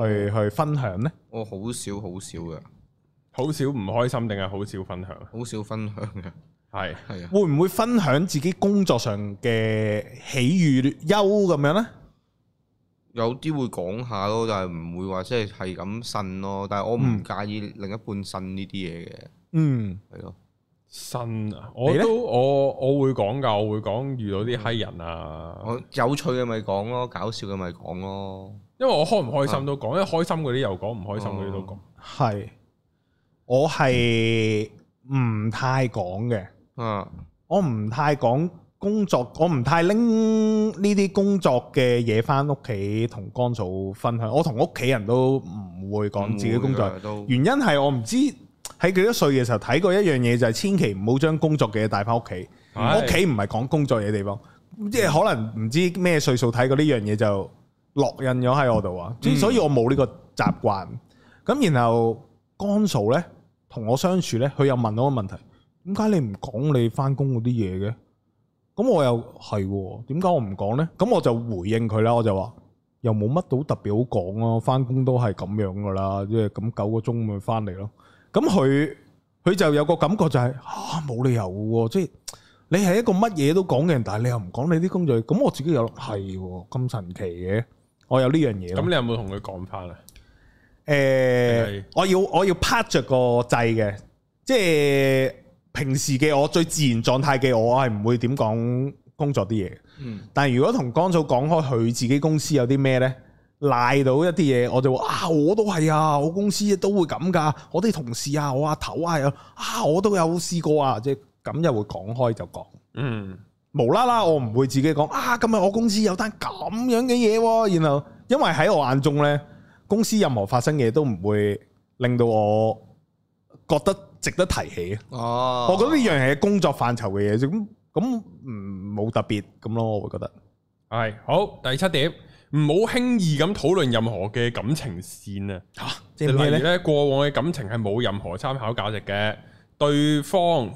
C: 去去分享呢？
B: 我好少好少嘅，
A: 好少唔開心定係好少分享？
B: 好少分享嘅，
A: 係
B: 係啊，
C: 會唔會分享自己工作上嘅喜與憂咁樣呢？
B: 有啲會講下咯，但係唔會話即係係咁呻咯，但係我唔介意另一半呻呢啲嘢嘅，
C: 嗯，
B: 係咯，
A: 新啊！我
C: 你呢
A: 都我我會講㗎，我會講遇到啲閪人啊，
B: 我有趣嘅咪講咯，搞笑嘅咪講咯，
A: 因為我開唔開心都
C: 啊
A: 講，因為開心嗰啲又講，唔開心嗰啲都講。
C: 係，我係唔太講嘅，
B: 啊，
C: 我唔太講工作，我唔太拎呢啲工作嘅嘢翻屋企同江嫂分享，我同屋企人都唔會講自己工作
B: 唔。會㗎都
C: 原因係我唔知喺幾多歲嘅時候睇過一樣嘢，就係千祈唔好將工作嘅嘢帶翻屋企。
A: 係
C: 嗯屋企唔係講工作嘢地方，即係可能唔知咩歲數睇過呢樣嘢就落印咗喺我度啊。所以我冇呢個習慣。咁然後江嫂咧同我相處咧，佢又問我個問題：點解你唔講你翻工嗰啲嘢嘅？咁我又係喎，點解我唔講咧？咁我就回應佢啦，我就話又冇乜到特別好講咯，翻工都係咁樣噶啦，即係咁九個鐘咪翻嚟咯。咁佢佢就有個感覺就係、啊冇理由喎，即係你係一個乜嘢都講嘅人，但係你又唔講你啲工作，咁我自己又諗係喎咁神奇嘅，我有呢樣嘢咯。
A: 咁你有冇同佢講翻啊？
C: 诶、
A: 係
C: 我要我要拍着個掣嘅，即係平時嘅我最自然狀態嘅我，我係唔會點講工作啲嘢嘅。
B: 嗯
C: 但係如果同江嫂講開佢自己公司有啲咩呢？賴到一啲嘢，我就話啊，我都係啊，我公司都會咁噶，我啲同事啊，我阿頭啊，有啊，我都有試過啊，即係咁又會講開就講。
A: 嗯，
C: 無啦啦，我唔會自己講啊！今日我公司有單咁樣嘅嘢喎，然後因為喺我眼中呢，公司任何發生嘅嘢都唔會令到我覺得值得提起。
B: 哦，
C: 我覺得呢樣係工作範疇嘅嘢，咁咁唔冇特別咁咯，我會覺得。
A: 係好。第七點，唔好輕易咁討論任何嘅感情線啊！
C: 嚇、即
A: 即
C: 係咩
A: 例如
C: 呢？
A: 咧，過往嘅感情係冇任何參考價值嘅，對方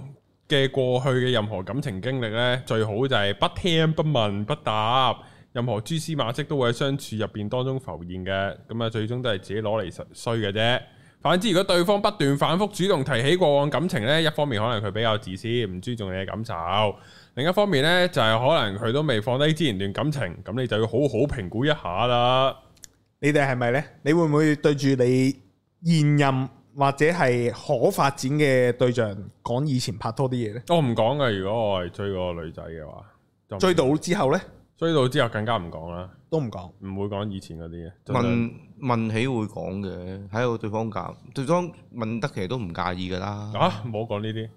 A: 嘅過去嘅任何感情經歷呢，最好就係不聽不問不答，任何蛛絲馬跡都會喺相處入邊當中浮現嘅，咁啊最終都係自己攞嚟實衰嘅啫。反之，如果對方不斷反覆主動提起過往感情呢，一方面可能佢比較自私，唔注重你嘅感受；另一方面呢，就係、可能佢都未放低之前段感情，咁你就要好好評估一下啦。
C: 你哋係咪呢？你會唔會對住你現任或者係可發展嘅對象講以前拍拖啲嘢呢？
A: 我哦唔講嘅，如果我係追個女仔嘅話，就唔
C: 追到之後呢，
A: 追到之後更加唔講啦，
C: 都唔講。
A: 唔會講以前嗰啲嘅。真係
B: 問問起會講嘅，睇下對方夾，對方問得其實都唔介意噶啦，
A: 啊，唔好講呢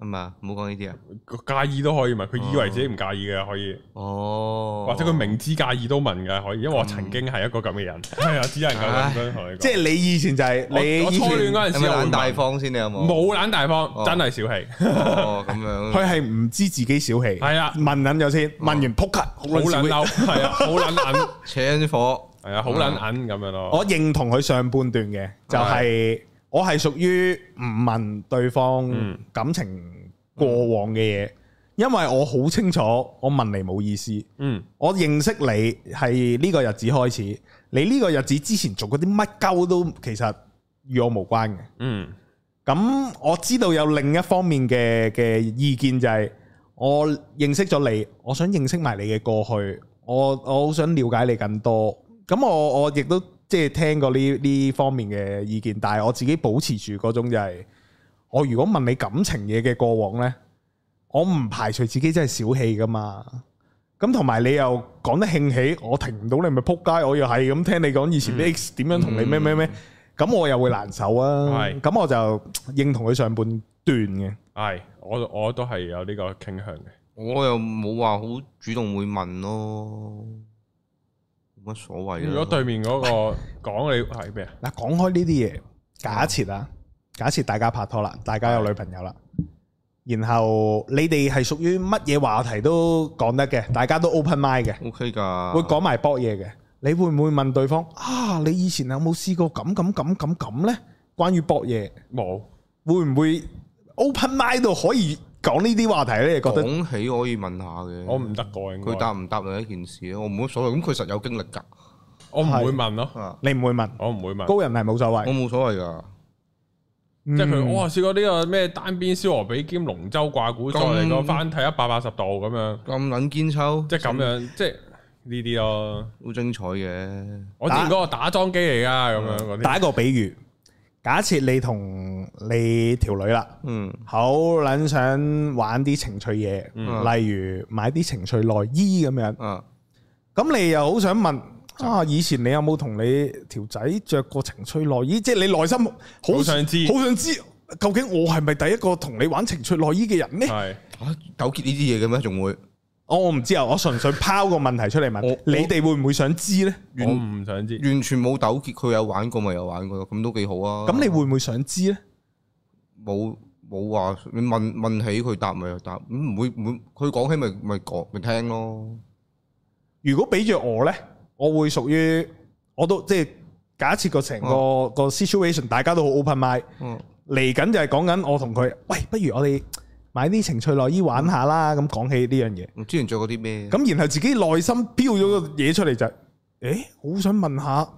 B: 係咪啊？唔好講呢啲啊。
A: 啲，介意都可以問，
C: 哦
A: 佢以為自己唔介意嘅可以，
B: 哦，
A: 或者佢明知介意都問嘅可以，因為我曾經係一個咁嘅人，係啊，只能夠咁樣同你講。
C: 哦即係你以前就係你
A: 我我
C: 以
A: 初
C: 前
A: 戀嗰陣
B: 係
A: 時
B: 咪
A: 我會
B: 懶
A: 問
B: 大方先？你有冇？
A: 冇懶大
B: 哦
A: 方，真係小氣，
B: 哦，咁樣。
C: 佢係唔知自己小氣，
A: 係啊
C: 問緊咗先，問完撲咳，好
A: 好撚
C: 撚小氣。
A: 嬲，
C: 嗯
A: 係
C: [laughs]
A: 啊，好撚撚，
B: 扯緊火，
A: 係啊，好撚撚咁樣咯。
C: 我認同佢上半段嘅，就係我係屬於唔問對方
A: 嗯
C: 感情過往嘅嘢，因為我好清楚，我問你冇意思。
A: 嗯，
C: 我認識你係呢個日子開始，你呢個日子之前做嗰啲乜鳩都其實與我無關嘅。
A: 嗯，
C: 咁我知道有另一方面嘅嘅意見就係、我認識咗你，我想認識埋你嘅過去，我我好想了解你更多。咁我我亦都即係聽過呢呢方面嘅意見，但係我自己保持住嗰種就係、我如果問你感情嘢嘅過往呢，我唔排除自己真係小氣噶嘛。咁同埋你又講得興起，我停唔到你咪撲街，我又係咁聽你講以前啲 X 點樣同你咩咩咩，咁我又會難受啊。
A: 係
C: 咁我就認同佢上半段嘅，
A: 係，我我都係有呢個傾向嘅。
B: 我又冇話好主動會問咯，冇乜所
C: 啊
B: 謂啦。啊
A: 如果對面嗰個講你係咩啊？
C: 嗱，講開呢啲嘢，假設啊，假設大家拍拖啦，大家有女朋友啦，然後你哋係屬於乜嘢話題都講得嘅，大家都 open mind 嘅，
B: O K 㗎，
C: 會講埋搏嘢嘅，你會唔會問對方啊？你以前有冇試過咁咁咁咁咁呢？關於搏嘢，
A: 冇，
C: 會唔會 open mind 到可以講呢啲話題呢？你覺得
B: 講起可以問下
C: 嗯
B: 嘅。
A: 我唔得過應該
B: 佢答唔答另一件事啊我冇乜所謂。咁佢實有經歷㗎，
A: 我唔會問咯，
B: 啊，
C: 你唔會問？
A: 我唔會問。
C: 高人係冇所謂
B: 我，冇所謂㗎。
A: 即係佢，
C: 嗯
A: 我試過呢個咩單邊燒鵝髀兼龍舟掛鼓，再嚟個翻睇一百八十度咁樣，
B: 咁撚堅秋，
A: 即係咁樣，即係呢啲咯。
B: 好精彩嘅。
A: 我之前嗰個打裝機嚟噶，咁樣嗰啲。
C: 嗯打一個比喻，假設你同你條女啦，
B: 嗯，
C: 好撚想玩啲情趣嘢，
A: 嗯
C: 例如買啲情趣內衣咁樣，
B: 啊，
C: 咁你又好想問。啊！以前你有冇同你條仔着過情趣內衣？即係你內心好
A: 好想知
C: 好想知究竟我係咪第一個同你玩情趣內衣嘅人呢？
A: 係
B: 啊糾結呢啲嘢嘅咩？仲會
C: 我我唔知啊，我純粹拋個問題出嚟
B: 我
C: 問
B: 我，
C: 你哋會唔會想知呢？
A: 我唔想知，
B: 完全冇糾結，佢有玩過咪有玩過咯，咁都幾好啊。
C: 咁你會唔會想知呢？
B: 冇冇話你問問起佢答咪又答，唔會唔會佢講起咪咪講咪聽咯。
C: 如果俾着我呢，我會屬於我都即係假設個成個個 situation 大家都好 open mind，
B: 嗯
C: 嚟緊就係講緊我同佢，喂，不如我哋買啲情趣內衣玩下啦。咁講起呢樣嘢，
B: 我之前做過啲咩？
C: 咁然後自己內心標咗個嘢出嚟就係，誒，我好想問下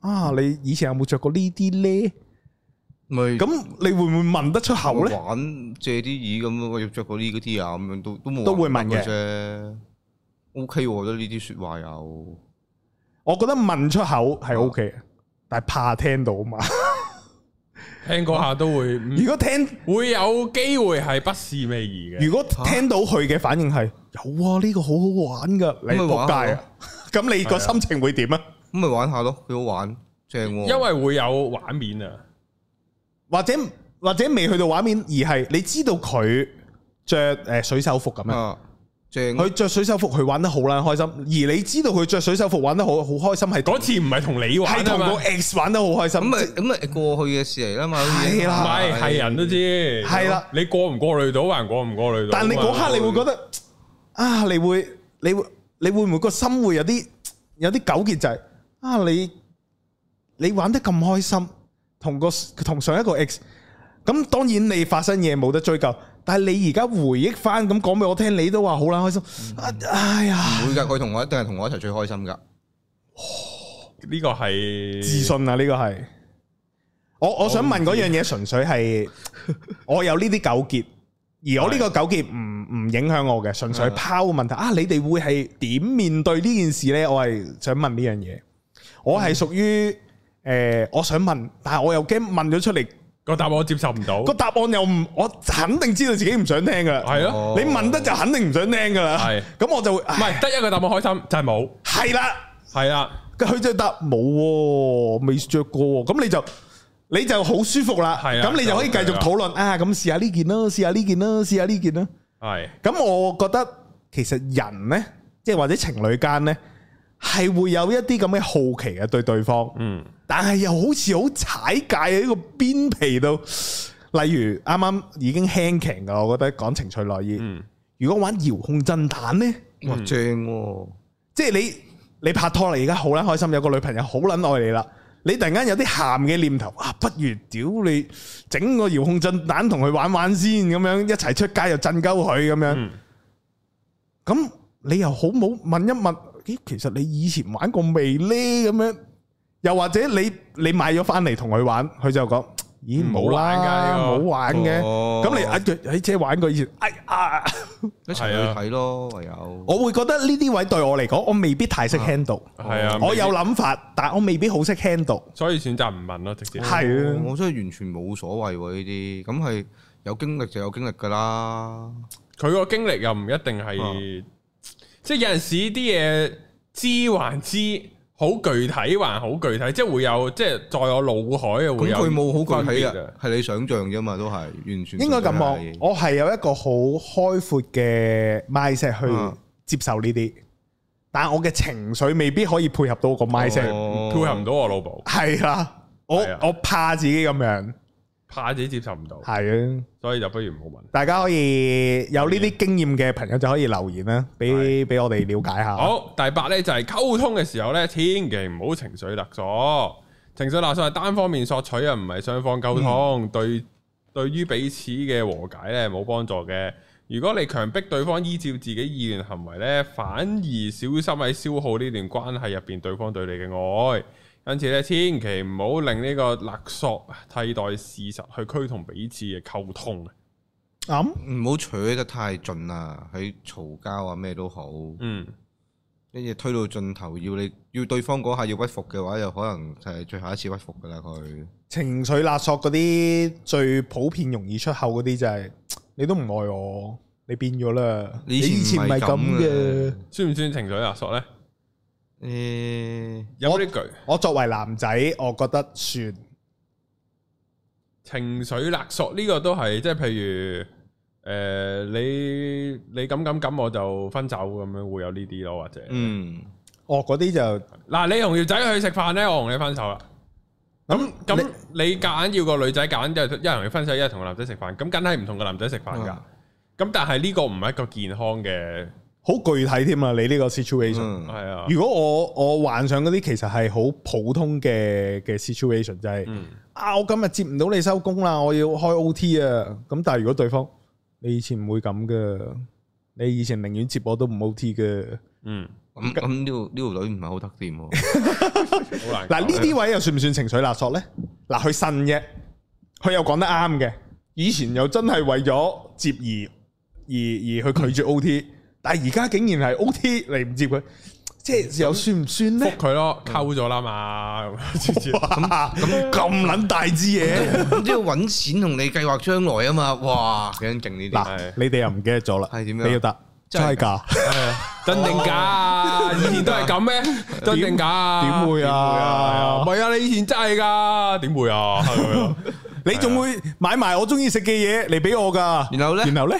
C: 啊，你以前有冇着過呢啲呢？
B: 咪
C: 咁你會唔會問得出口
B: 啊
C: 呢？
B: 玩借啲椅咁，我要着過呢嗰啲啊，咁樣都都冇
C: 都會
B: 人
C: 問嘅
B: 啫。O K，我覺得呢啲説話又
C: 我覺得問出口係 OK 嘅，但係怕聽到啊嘛。
A: 聽嗰下都會，
C: 如
A: 嗯
C: 果聽
A: 會有機會係不是味兒嘅。
C: 如果聽到佢嘅反應係有啊，呢個好好玩噶，
B: 咁
C: 你
B: 咪
C: 仆
B: 玩下
C: 街啊！咁你個心情會點啊？
B: 咁咪玩下咯，幾好玩，正喎。
A: 因為會有畫面啊，
C: 或者或者未去到畫面，而係你知道佢着誒水手服咁樣，
B: 啊，正
C: 佢着水手服佢玩得好啦，開心。而你知道佢着水手服玩得好好開心，係
A: 嗰次唔係同你玩
C: 係
A: 啊
C: 同
A: 嘛，
C: 個
A: 唔
C: X 玩得好開心。
B: 咁咪咁咪過去嘅事嚟啦嘛。好似
C: 係啊啦
A: 係係啊人都知，
C: 係啦
A: 你過唔過濾到，還過唔過濾到啊嘛？
C: 但你嗰刻你會覺得啊，你會你會你會唔會個心會有啲有啲糾結就係、啊你你玩得咁開心，同個同上一個 X，咁當然你發生嘢冇得追究，但係你而家回憶翻咁講俾我聽，你都話好啦開心，啊哎呀
B: 唔會㗎，佢同我一定係同我一齊最開心㗎。
A: 呢個係
C: 自信啊呢個係。我我想問嗰樣嘢，純粹 [laughs] 係我有呢啲糾結，而我呢個糾結唔唔影響我嘅，純粹拋個問題啊！你哋會係點面對呢件事呢？我係想問呢樣嘢，我係屬於誒，我想問，但係我又驚問咗出嚟
A: 個答案我接受唔到，
C: 個答案又唔，我肯定知道自己唔想聽噶啦。
A: 係咯，
B: 哦
C: 你問得就肯定唔想聽噶啦。
A: 係
C: 咁我就會
A: 唔係得一個答案開心就係冇，
C: 係啊啦。
A: 係啦。
C: 佢就答冇喎，未着過喎，咁你就你就好舒服啦。
A: 係啊
C: 咁你就可以繼續討論啊，咁試下呢件啦，試下呢件啦，試下呢件啦。
A: 係
C: 咁我覺得其實人呢，即係或者情侶間呢，係會有一啲咁嘅好奇嘅對對方，
A: 嗯，
C: 但係又好似好踩界喺呢個邊皮度。例如啱啱已經輕騎噶，我覺得講情趣內衣。
A: 嗯
C: 如果玩遙控震彈呢？
B: 哇，正喎！
C: 即係你你拍拖啦，而家好撚開心，有個女朋友好撚愛你啦。你突然間有啲鹹嘅念頭啊，不如屌你整個遙控震蛋同佢玩玩先，咁樣一齊出街又震鳩佢咁樣。
A: 嗯
C: 咁、你又好冇問一問，咦，其實你以前玩過未呢？咁樣又或者你你買咗翻嚟同佢玩，佢就講：咦，冇啦，
A: 唔好
C: 冇玩嘅。
B: 哦
C: 咁你啊，誒即係玩過以前，哎呀，
B: 一齊去睇咯，唯有。哦
C: 我會覺得呢啲位對我嚟講，我未必太識 handle。
A: 係啊，
C: 哦我有，諗法，但我未必好識 handle。
A: 所以選擇唔問咯，直接
C: 係啊，
B: 我真係完全冇所謂喎呢啲，咁係有經歷就有經歷㗎啦。
A: 佢個經歷又唔一定係，即係有陣時啲嘢知還知，好具體還好具體，即係會有，即係在我腦海啊會
B: 咁
A: 有
B: 佢冇好具體
A: 分別
B: 嘅，係你想像啫嘛，都係完全
C: 應該咁
B: 係
C: 講，我係有一個好開闊嘅 mindset 去
B: 嗯
C: 接受呢啲，但我嘅情緒未必可以配合到個 mindset。
B: 哦
A: 配合唔到我腦部，
C: 係啦，我
A: 係啊
C: 我怕自己咁樣，
A: 怕自己接受唔到，
C: 係啊。
A: 所以就不如唔好問。
C: 大家可以有呢啲經驗嘅朋友就可以留言啦，俾俾我哋了解下。
A: 好，第八呢就係溝通嘅時候呢，千祈唔好情緒勒索。情緒勒索係單方面索取啊，唔係雙方溝通。對對於彼此嘅和解呢，冇幫助嘅。如果你強迫對方依照自己意願行為呢，反而小心喺消耗呢段關係入邊對方對你嘅愛。因此呢，千祈唔好令呢個勒索替代事實去驅動彼此嘅溝通。
C: 咁
B: 唔好扯得太盡啦，喺嘈交啊咩都好，
A: 嗯，
B: 一嘢推到盡頭，要你要對方嗰下要屈服嘅話，就可能就係最後一次屈服㗎啦佢。
C: 情緒勒索嗰啲最普遍容易出口嗰啲就係你都唔愛我，你變咗啦，你
B: 你以前
C: 唔係咁
B: 唔係咁嘅
C: 嘅。
A: 算唔算情緒勒索呢？
B: 誒，
A: 有冇呢句
C: 我作為男仔，我覺得算
A: 情緒勒索呢個都係即係譬如誒、呃你你咁咁咁我就分手咁樣會有呢啲咯，或者嗱、
B: 嗯，
C: 哦嗰啲就
A: 你同條仔去食飯呢，我同你分手啦。
C: 嗯
A: 咁咁你夾硬要個女仔夾硬一係同你分手，一係
C: 啊
A: 同個男仔食飯，咁梗係唔同個男仔食飯㗎。咁、但係呢個唔係一個健康嘅
C: 好具體添啊！你呢個 situation，
B: 嗯
A: 係啊，
C: 如果我我幻想嗰啲其實係好普通嘅嘅 situation，就係
A: 嗯
C: 啊，我今日接唔到你收工啦，我要開 O T 啊。咁但係如果對方你以前唔會咁噶，你以前寧願接我都唔 O T 嘅。
A: 嗯，
B: 咁咁呢條呢條女唔係好得掂喎。
A: 好難搞。
C: 嗱呢啲位又算唔算情緒勒索呢？嗱，佢信啫，佢又講得啱嘅。以前又真係為咗接而而而去拒絕 O T，但係而家竟然係 O T 嚟唔接佢，即係又算唔算呢？
A: 覆佢咯，
C: 嗯
A: 溝咗啦嘛，咁樣直接
C: 哇咁 [laughs] 咁撚大支嘢！
B: 咁啊都要揾錢同你計劃將來啊嘛，哇，幾勁呢啲。
C: 嗱，你哋又唔記得咗啦，
B: 係點樣啊
C: 你要答
B: 真係
C: 齋㗎，
A: 真定假 [laughs] 啊？以前都係咁咩？真定假啊？
C: 點
A: 點會
C: 會啊
A: 啊係啊唔係啊，你以前真係㗎，點會 [laughs] 啊？係咪啊
C: 你仲會買埋我中意食嘅嘢嚟俾我㗎，
B: 啊然後啊咧，
C: 然後呢？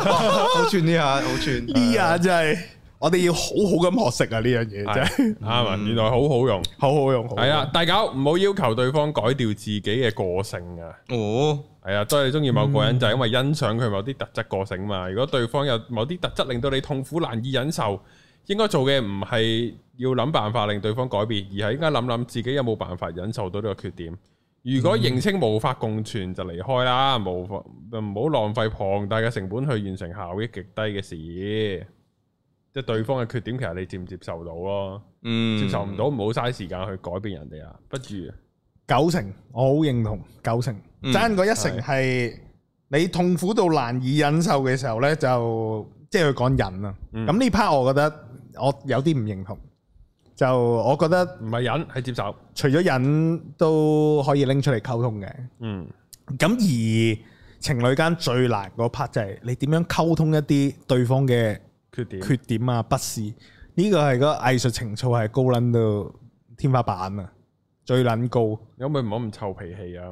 B: 好串呢下，好串啊
C: 呢下真係我哋要好好咁學識啊！呢樣嘢真係
A: 啱啊，原來好好用。
C: 好好用，好好
A: 係
C: 用
A: 啊，大家唔好要求對方改掉自己嘅個性啊。
B: 哦，
A: 係啊，所以你中意某個人就係因為欣賞佢某啲特質個性嘛。如果對方有某啲特質令到你痛苦難以忍受，應該做嘅唔係要諗辦法令對方改變，而係應該諗諗自己有冇辦法忍受到呢個缺點。如果認清無法共存就離開啦，無法唔好浪費龐大嘅成本去完成效益極低嘅事。即係對方嘅缺點，其實你接唔接受到咯？
B: 嗯，
A: 接受唔到，唔好嘥時間去改變人哋啊！不如
C: 九成，我好認同九成，
B: 嗯
C: 爭嗰一成係你痛苦到難以忍受嘅時候呢，就即係佢講忍啊。
A: 嗯
C: 咁呢 part 我覺得我有啲唔認同，就我覺得
A: 唔係忍，係接受。
C: 除咗忍都可以拎出嚟溝通嘅。
A: 嗯
C: 咁而情侶間最難嗰 part 就係你點樣溝通一啲對方嘅
A: 缺點。
C: 缺點啊、不是呢個係個藝術情操係高撚到天花板啊，最撚高。
A: 你可唔可以唔好咁臭脾氣啊？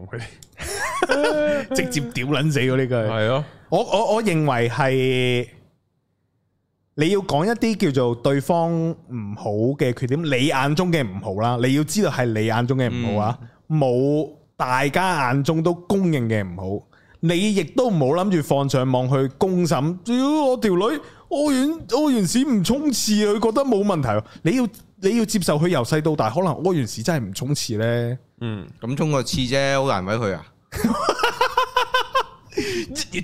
A: 佢哋
C: [laughs] 直接屌撚死嗰呢句。
A: 係咯，
C: 我我我認為係你要講一啲叫做對方唔好嘅缺點，你眼中嘅唔好啦，你要知道係你眼中嘅唔好啊，冇、大家眼中都公認嘅唔好。你亦都唔好諗住放上網去公審，屌我條女屙完屙完屎唔沖廁啊，佢覺得冇問題喎。你要你要接受佢由細到大，可能屙完屎真係唔沖廁 [laughs] 呢。
A: 嗯，
B: 咁衝個刺啫，好難為佢啊。
C: 一嘢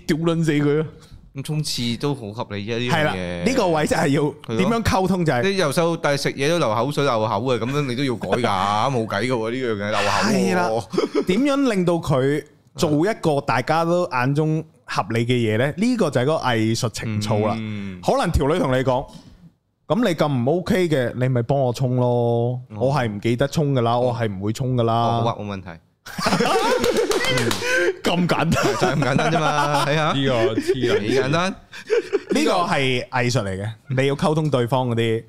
C: 屌撚死佢啊！
B: 咁衝刺都好合理啫，呢
C: 係
B: 樣
C: 啦，
B: 嘢。
C: 呢個位真係
B: 咯
C: 要點樣溝通就係、
B: 你由細到大食嘢都流口水流口嘅，咁樣你都要改㗎，冇計嘅喎呢樣嘢流口。
C: 係啦，點樣令到佢做一個大家都眼中合理嘅嘢呢？呢、個就係嗰個藝術情操啦。
B: 嗯
C: 可能條女同你講，咁你咁唔 OK 嘅，你咪幫我沖咯。我係唔記得沖噶啦，我係唔會沖噶
B: 哦好
C: 啦。
B: 啊，冇問題，[laughs]
C: 咁簡單，
B: 就係咁簡單啫嘛， [laughs] 係啊，
A: 呢個黐啦，
B: 幾簡單。
C: 呢個係藝術嚟嘅，你要溝通對方嗰啲。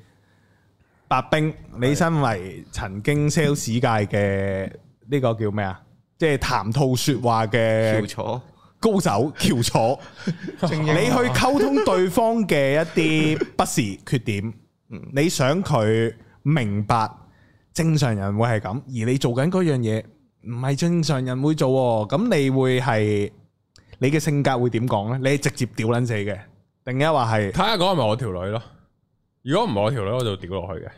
C: 白冰，你身為曾經 sales 界嘅呢個叫咩啊？即係談吐説話嘅
B: 跳錯，
C: 高手
A: [laughs]
C: 翹楚，你去溝通對方嘅一啲不是缺
A: [laughs]
C: 點，你想佢明白正常人會係咁，而你做緊嗰樣嘢唔係正常人會做喎，咁你會係你嘅性格會點講呢？你係直接屌撚死嘅，定一話係
A: 睇下嗰個係咪我條女咯？如果唔係我條女，我就屌落去嘅。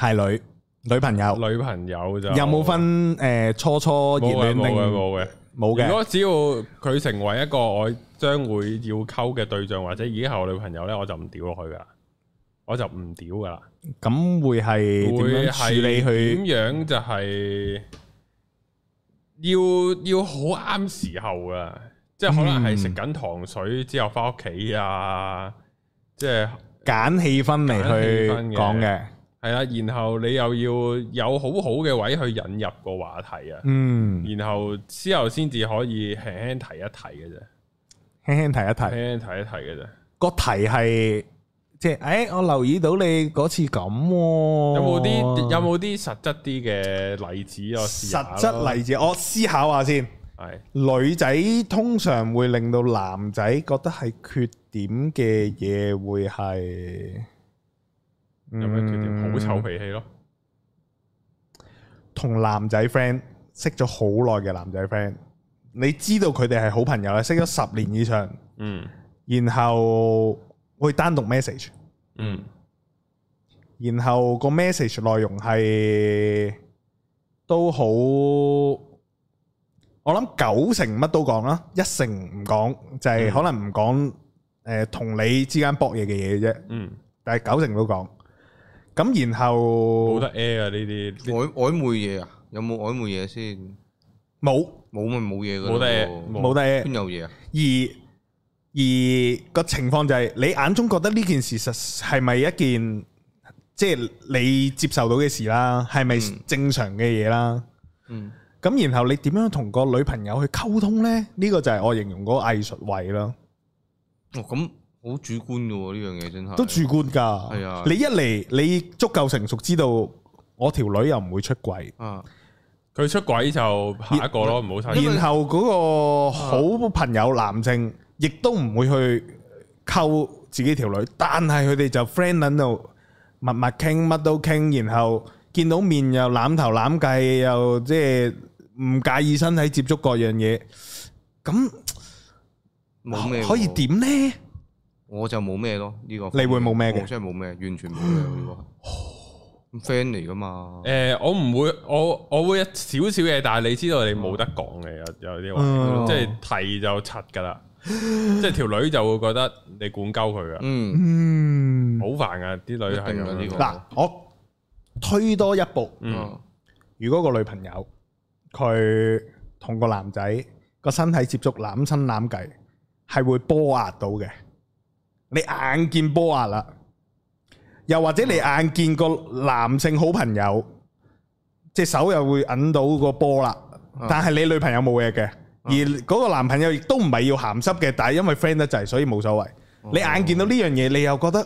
C: 係女女朋友？
A: 女朋友就
C: 有冇分誒初初熱
A: 冇嘅
C: 戀
A: 冇嘅
C: 定
A: 冇嘅。
C: 冇
A: 如
C: 嘅？
A: 果只要佢成為一個我將會要溝嘅對象，或者已經係我女朋友咧，我就唔屌落去噶啦，我就唔屌噶啦。
C: 咁會係點
A: 會
C: 樣處理佢？
A: 係點樣就係要要好啱時候啊！即係可能係食緊糖水之後翻屋企啊，即係
C: 揀氣氛嚟去
A: 揀氣氛嘅
C: 講嘅？
A: 係啦。然後你又要有好好嘅位去引入個話題啊，
C: 嗯。
A: 然後之後先至可以輕輕提一提嘅啫，
C: 輕輕提一提，
A: 輕輕提一提嘅啫。
C: 個題係即係，诶、我留意到你嗰次咁、喎，
A: 有冇啲有冇啲實質啲嘅例子我試下
C: 實
A: 咯
C: 質例子？我思考下先。
A: 係
C: 女仔通常會令到男仔覺得係缺點嘅嘢，會係嗯
A: 有咩缺點？好臭
C: 醜，
A: 脾氣咯，
C: 同男仔 friend 識咗好耐嘅男仔 friend，你知道佢哋係好朋友啦，識咗十年以上，
A: 嗯
C: 然後會單獨 message。
A: 嗯，
C: 然後個 message 內容係都好，我諗九成乜都講啦，一成唔講，就
A: 嗯
C: 係、可能唔講誒同你之間搏嘢嘅嘢啫，
A: 嗯，
C: 但係九成都講。咁然後
A: 冇得 air 啊呢啲，
B: 曖曖昧嘢啊？有冇曖昧嘢先？
C: 冇
B: 冇咪冇嘢噶，
A: 冇得 air，
C: 冇得
B: 邊有嘢啊？
C: 而而個情況就係、你眼中覺得呢件事實係咪一件即係、你接受到嘅事啦，係咪
B: 嗯
C: 正常嘅嘢啦？
B: 嗯
C: 咁然後你點樣同個女朋友去溝通呢？呢、個就係我形容嗰個藝術位咯，
B: 哦，咁好主觀噶喎，呢樣嘢真係
C: 都主觀㗎。
B: 係啊
C: 你一嚟你足夠成熟，知道我條女又唔會出軌，
B: 啊，
A: 佢出軌就下一個咯，唔好睇。
C: 然後嗰個好朋友男性亦都唔會去溝自己條女，但係佢哋就 friend 撚到密密傾，乜都傾，然後見到面又攬頭攬計，又即係唔介意身體接觸各樣嘢，咁
B: 冇咩喎
C: 可以？點呢？
B: 我就冇咩咯，呢個
C: 你會冇咩嘅
B: 我真係冇咩，完全冇咩呢個。咁 friend 嚟噶嘛？
A: 诶、我唔會，我我会有少少嘢，但係你知道你冇得講嘅，有有啲話，
C: 嗯
A: 即係提就柒噶啦，即係條女就會覺得你管鳩佢噶，
B: 嗯，
C: 嗯，
A: 好煩噶，啲女係
B: 一定㗎呢
A: 咁
B: 個
A: 樣。
C: 嗱，我推多一步，
A: 嗯
B: 啊
C: 如果個女朋友佢同個男仔個身體接觸攬親攬計，係會波壓到嘅。你眼見波壓啦，又或者你眼見個男性好朋友隻手又會揞到個波啦，但係你女朋友冇嘢嘅，而嗰個男朋友亦都唔係要鹹濕嘅，但係因為 friend 得滯，所以冇所謂。你眼見到呢樣嘢，你又覺得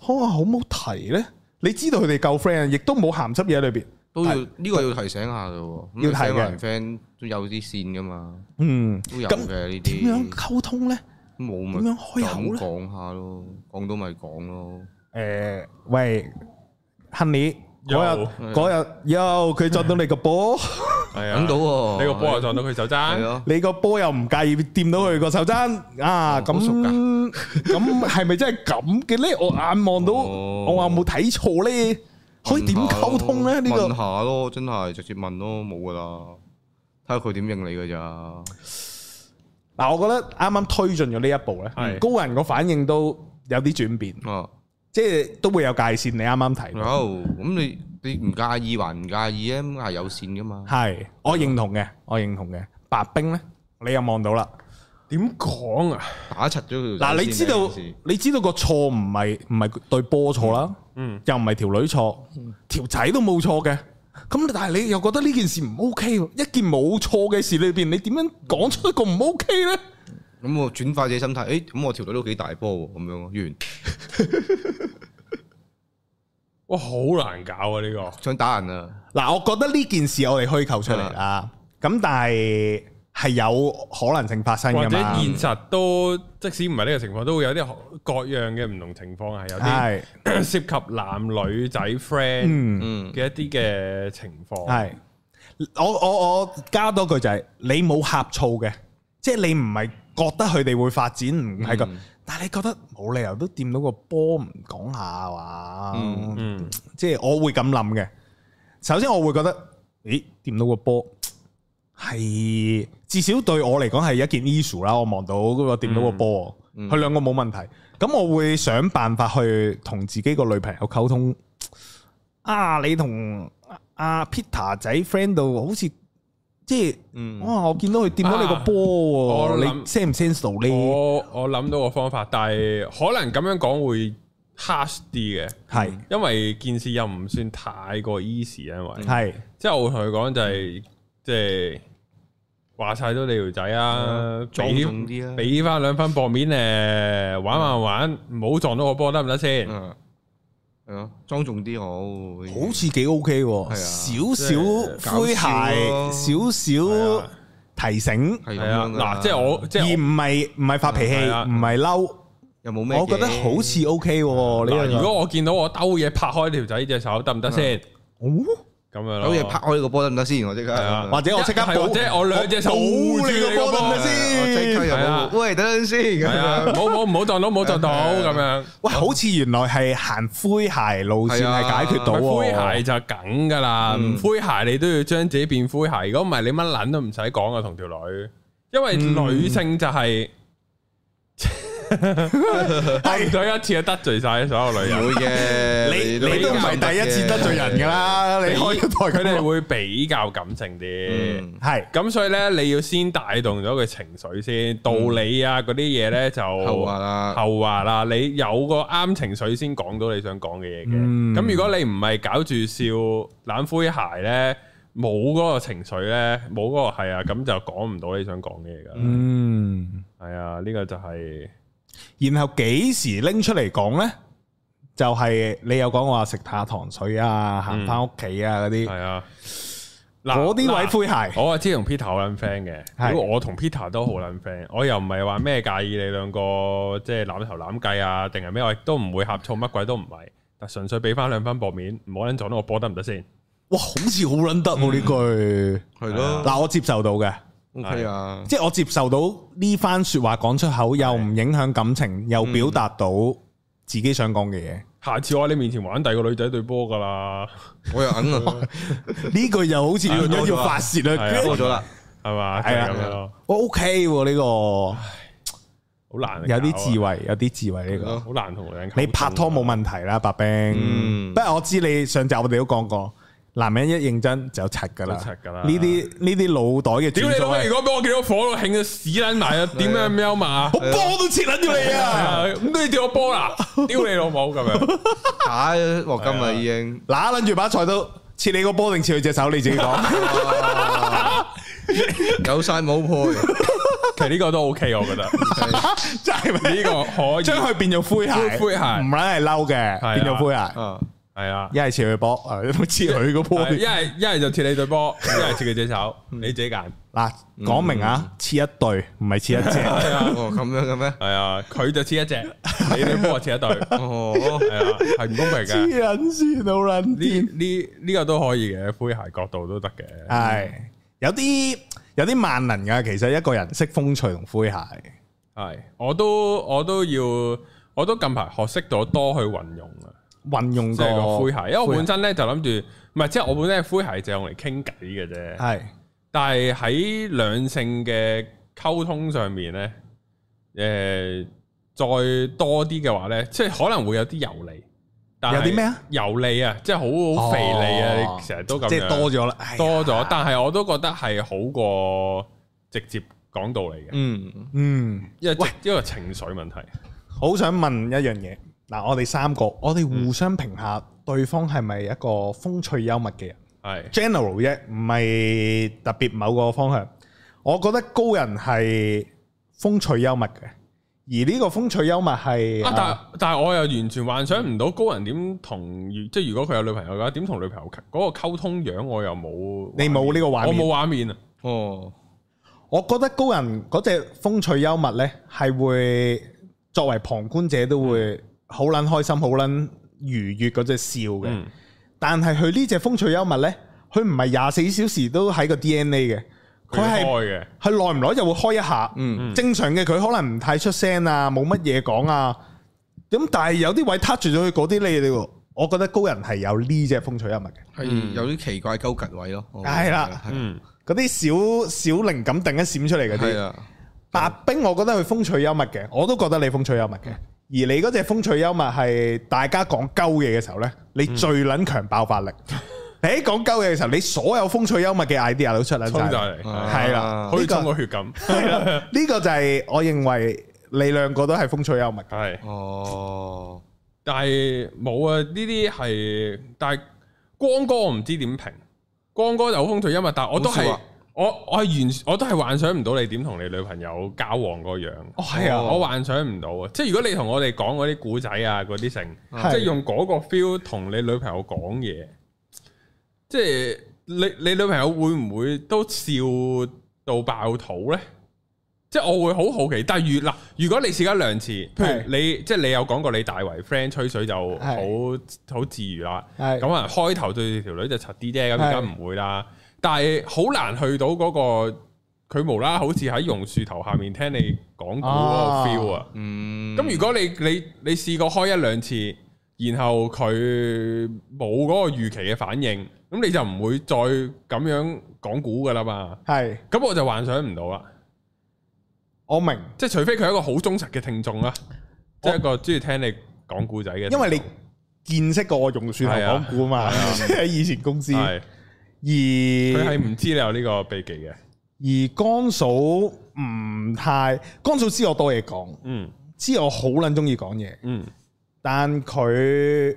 C: 可好唔好提呢？你知道佢哋夠 friend，亦都冇鹹濕嘢喺裏邊。
B: 都要呢個要提醒下嘅喎。咁
C: 要提嘅
B: friend 還 friend 都有啲線噶嘛，
C: 嗯，
B: 都有
C: 咁
B: 嘅呢
C: 點樣
B: 啲。
C: 溝通呢？
B: 冇咪
C: 點樣開口
B: 就咁
C: 呢
B: 講下咯，講到咪講咯。
C: 誒，喂，Honey，嗰日
B: 又
C: 嗰日，又佢撞到你個 [laughs] 波，
A: 係啊，
B: 等到喎，
A: 你個波又撞到佢手
B: 係啊
A: 踭，
B: 咯，
C: 你個波又唔介意掂到佢個手踭啊？咁
B: 好熟㗎
C: 咁係咪真係咁嘅呢？我眼望到，
B: 哦
C: 我話冇睇錯呢，可以點溝通呢？呢
B: 問
C: 個
B: 下咯，真係直接問咯，冇噶啦，睇下佢點應你噶咋。
C: 嗱，我覺得啱啱推進咗呢一步呢，
A: 係
C: 高人個反應都有啲轉變，
B: 啊，
C: 即係都會有界線。你啱啱提
B: 有
C: 到，
B: 咁你你唔介意還唔介意啊？咁係有線噶嘛。
C: 係我認同嘅，我認同嘅。白冰呢，你又望到啦。
A: 點講啊？
B: 打柒咗佢條線呢。
C: 嗱，你知道
B: 有時
C: 你知道個錯唔係唔係對波錯啦，
A: 嗯，
C: 又唔係條女錯，條仔都冇錯嘅。咁但係你又覺得呢件事唔 OK 喎，一件冇錯嘅事裏邊，你點樣講出一個唔 OK 呢？
B: 咁我轉化自己心態，誒咁我條女都幾大波喎，咁樣咯完
A: 哇，好難搞啊呢個，
B: 想打人啊，
C: 嗱，我覺得呢件事我哋虛構出嚟
A: 啊
C: 啦，咁但係係有可能性發生
A: 或
C: 㗎
A: 者
C: 嘛。
A: 現實都即使唔係呢個情況，都會有啲各樣嘅唔同情況係有啲
C: 係
A: [clears throat] 涉及男女仔 friend
C: 嗯。
B: 嗯，
A: 嘅一啲嘅情況。
C: 系，我我我加多句就係你冇呷醋嘅，即係你唔係覺得佢哋會發展唔係咁，
B: 嗯
C: 但係你覺得冇理由都掂到個波唔講下話，
B: 嗯
A: 嗯，
C: 即係我會咁諗嘅。首先我會覺得，咦，掂到個波係至少對我嚟講係一件 issue 啦。我望到嗰個掂到
A: 嗯
C: 個波，佢兩個冇問題，咁我會想辦法去同自己個女朋友溝通。啊，你同阿 Peter 仔 friend 到好似即係，哇！我見到佢掂到你個波
A: 嗯啊我
C: 喎，
A: 諗
C: 你 sense 唔 sense 到呢？
A: 我我諗到個方法，但係可能咁樣講會 harsh 啲嘅，
C: 係
A: 因為件事又唔算太過 easy，因啊為
C: 係
A: 即係我會同佢講就係即係話晒都你條仔
C: 嗯
A: 啊，
B: 撞
A: 俾
B: 重啲啊
A: 俾翻兩分薄面誒，玩玩玩，唔好撞到個波得唔得先？
B: 嗯，係咯，莊重啲好，
C: 好似幾 OK 喎，
A: 啊係
C: 少少詼
B: 搞笑
C: 諧，
A: 係啊
C: 少少提醒，
A: 係
B: 係咁
A: 啊，
B: 樣㗎啦
A: 嗱，即係我即
C: 而
A: 係
C: 唔係唔係發脾氣，
A: 係啊
C: 唔係嬲，
B: 又冇咩嘅，
C: 我覺得好似 OK 喎。
A: 嗱
C: 呢樣啊
A: 如果我見到我兜嘢拍開條仔隻手得唔得先？
C: 哦
A: 咁樣咯。
B: 好似拍開呢個波得唔得先？我即刻，
A: 係啊
C: 或者我即刻
A: 係
C: 保
A: 或者我兩隻手
C: 保
A: 護住
C: 你個
A: 你
C: 波
A: 個
C: 得唔
A: 波
C: 得
B: 我即刻
C: 先？
B: 又
A: 係啊
B: 冇喂等陣先咁
A: 係
C: [laughs]
A: 啊，
B: 樣。
A: 唔好唔好唔好撞到，唔好撞到
C: 啊
A: 咁樣。
C: 喂，好似原來係行灰鞋路線
B: 係啊
C: 係解決到
B: 好
A: 佢灰
C: 喎。嗯
A: 鞋就梗噶啦，唔灰鞋你都要將自己變灰鞋，如果唔係你乜撚都唔使講啊，同條女，因為
C: 嗯
A: 女性就係 [laughs] 係對一次就得罪晒所有女
B: 唔
A: 人，
B: 會嘅，
C: 你你都唔係第一次得罪人㗎啦，你開咗台啊
A: 佢
C: 佢哋
A: 哋會比較感性啲。
B: 嗯。
C: 係
A: 咁所以咧，你要先帶動咗佢情緒先，道理
C: 嗯
A: 啊嗰啲嘢咧就
B: 後話啦
A: 後話啦。你有個啱情緒先講到你想講嘅嘢嘅。
C: 嗯
A: 咁、如果你唔係搞住笑懶灰鞋咧，冇嗰個情緒咧，冇嗰個係啊，咁就講唔到你想講嘅嘢噶。係、
C: 嗯，
A: 啊，呢、個就係
C: 然後幾時拎出嚟講咧？就係你有講話食下糖水啊，行翻屋企啊嗰
A: 係
C: 啲，
A: 啊。
C: 嗰啲位
A: 嗱
C: 灰鞋
A: 我啊知同 Peter 好撚 friend 嘅，
C: 係
A: 如果我同 Peter 都好撚 friend，我又唔係話咩介意你兩個即係攬頭攬計啊，定係咩，我亦都唔會呷醋，乜鬼都唔係，但純粹俾翻兩分薄面，唔好撚撞到我波得唔得先？
C: 哇，好似好撚得喎呢句。
B: 係咯
C: 嗯嗱，我接受到嘅，
B: ，OK 啊，
C: 即係我接受到呢番説話講出口，又唔影響感情，又表達到自己想講嘅 [laughs] 嘢。
A: 下次我喺你面前玩第二個女仔對波噶啦，
B: 我又揞啊，
C: 呢句又好似要
B: 多咗
C: 要
B: 啦
C: 發泄啦
A: 係。
B: 多咗啦，
A: 係嘛？
C: 係
A: 係
C: 啊
A: 咁樣咯，
C: 我 OK 喎呢個，
A: 好難啊
C: 有啲智
A: 搞啊
C: 慧，有啲智慧呢個。
A: 好難同女人溝通啊。
C: 你拍拖冇問題啦，白冰。
B: 嗯
C: 不過我知你上集我哋都講過，男人一認真就柒噶啦，
A: 就柒㗎啦
C: 呢啲呢啲腦袋嘅
A: 屌你
C: 轉數
A: 老味！
C: 係
A: 如果俾我見到火到興到屎撚埋啊，點樣喵嘛？
C: 我波都切撚咗你啊！
A: 咁都要掉我波啦！屌你老母咁樣，
B: 打黃金啊啦已經，
C: 嗱撚住把菜刀，切你個波定切佢隻手，你自己
B: [laughs]
C: 講。
B: 有晒冇配，
A: 其實呢個都 OK，我覺得呢
C: 真係咪？
A: 個可以。
C: [laughs] 將佢變做灰鞋，
A: 灰灰鞋
C: 唔撚係嬲
A: 啊
C: 嘅，變做灰鞋。
B: 啊，
A: 係啊，
C: 一係切佢波，啊 [laughs] 一係切佢個波。
A: 一係啊一係就切你對波，一係切佢隻手，你自己揀。
C: 嗱，講明啊，切一對，唔係切一隻。
A: 係啊，
B: 哦咁樣嘅咩？
A: 係啊，佢就切一隻，你對波就切一對，係
B: 哦，
A: 啊，係唔公平嘅。
C: 黐撚線，啊好撚
A: 呢呢呢個都可以嘅，灰鞋角度都得嘅。
C: 系有啲有啲萬能噶，其實一個人識風趣同灰鞋，
A: 係，我都我都要，我都近排學識咗多去運用啊，
C: 運用
A: 即係個
C: 個
A: 灰鞋。因為我本身咧就諗住，唔係即係我本身嘅灰鞋就係用嚟傾偈嘅啫。
C: 係
A: 但係喺兩性嘅溝通上面咧，誒、再多啲嘅話咧，即係可能會有啲油膩。但係
C: 有啲咩啊？
A: 油膩啊，即係好好肥膩啊！
C: 哦
A: 你成日都咁樣，
C: 即係多咗啦，哎呀
A: 多咗，但係我都覺得係好過直接講道理嘅，
B: 嗯，
C: 嗯，
A: 因為直因為情緒問題。
C: 好想問一樣嘢。嗱，我哋三個，我哋互相評下對方係咪一個風趣幽默嘅人
A: 係
C: ，general 啫，唔係特別某個方向。我覺得高人係風趣幽默嘅，而呢個風趣幽默係
A: 啊，但但係我又完全幻想唔到高人點同，即係如果佢有女朋友嘅話，點同女朋友嗰個溝通樣，我又冇。
C: 你冇呢個畫面
A: 我冇畫面啊！
B: 哦，
C: 我覺得高人嗰隻風趣幽默呢，係會作為旁觀者都會好撚開心、好撚愉悅嗰隻笑嘅。
A: 嗯
C: 但係佢呢隻風趣幽默呢，佢唔係廿四小時都喺個 DNA 嘅，
A: 佢
C: 佢係
A: 開嘅，
C: 佢耐唔耐就會開一下。
B: 嗯，
C: 正常嘅佢可能唔太出聲啊，冇乜嘢講啊。咁但係有啲位 touch 咗佢嗰啲你你喎，我覺得高人係有呢隻風趣幽默嘅。
B: 係有啲奇怪鳩吉位咯，
C: 係啦
A: 嗯，
C: 嗰啲小小靈感突然間閃出嚟嗰啲
B: 係。啊啦，
C: 白冰，我覺得佢風趣幽默嘅，我都覺得你風趣幽默
A: 嗯
C: 嘅。而你嗰隻風趣幽默係大家講鳩嘢嘅時候呢，你
A: 嗯
C: 最撚強爆
A: [laughs]
C: 發力。你喺講鳩嘢嘅時候，你所有風趣幽默嘅 idea 都出撚
A: 衝
C: 晒。
A: 晒嚟，
B: 啊
A: 係
C: 係啦
B: 啊，
A: 好似
C: 呢
A: 衝
C: 個
A: 過血咁。
C: 呢個就係我認為你兩個都 [laughs] 係風趣幽默嘅。
A: 係，
B: 哦，
A: 但係冇啊！呢啲係，但係光哥我唔知點評，光哥有風趣幽默，但我都
B: 好笑
A: 係
B: 啊。
A: 我我係完，我都係幻想唔到你點同你女朋友交往個樣。
C: 哦，係啊，
A: 我幻想唔到啊！即係如果你同我哋講嗰啲古仔啊，嗰啲成，
C: 係
A: 即係用嗰個 feel 同你女朋友講嘢，即係你你女朋友會唔會都笑到爆肚呢？即係我會好好奇，但係如嗱，如果你試咗兩次，譬
C: 係
A: 如你即係你有講過你大圍 friend 吹水就好好自如啦，
C: 係
A: 咁啊開頭對條女就柒啲啫，咁
C: 係
A: 而家唔會啦，但係好難去到嗰、個佢無啦，好似喺榕樹頭下面聽你講古嗰
C: 啊
A: 個 feel 啊，
B: 嗯，
A: 咁、如果你你你試過開一兩次，然後佢冇嗰個預期嘅反應，咁你就唔會再咁樣講古噶啦嘛，
C: 係
A: 咁我就幻想唔到啦。
C: 我明，
A: 即係除非佢係一個好忠實嘅聽眾啦，即係一個中意聽你講故仔嘅聽眾，
C: 哦因為你見識過我用樹頭講股
A: [laughs]
C: 嘛，喺以前公司，而
A: 啊係佢係唔知你有呢個秘技嘅，
C: 而江嫂唔太，江嫂知我多嘢講，
A: 嗯
C: 知我好撚中意講嘢，
A: 嗯
C: 但佢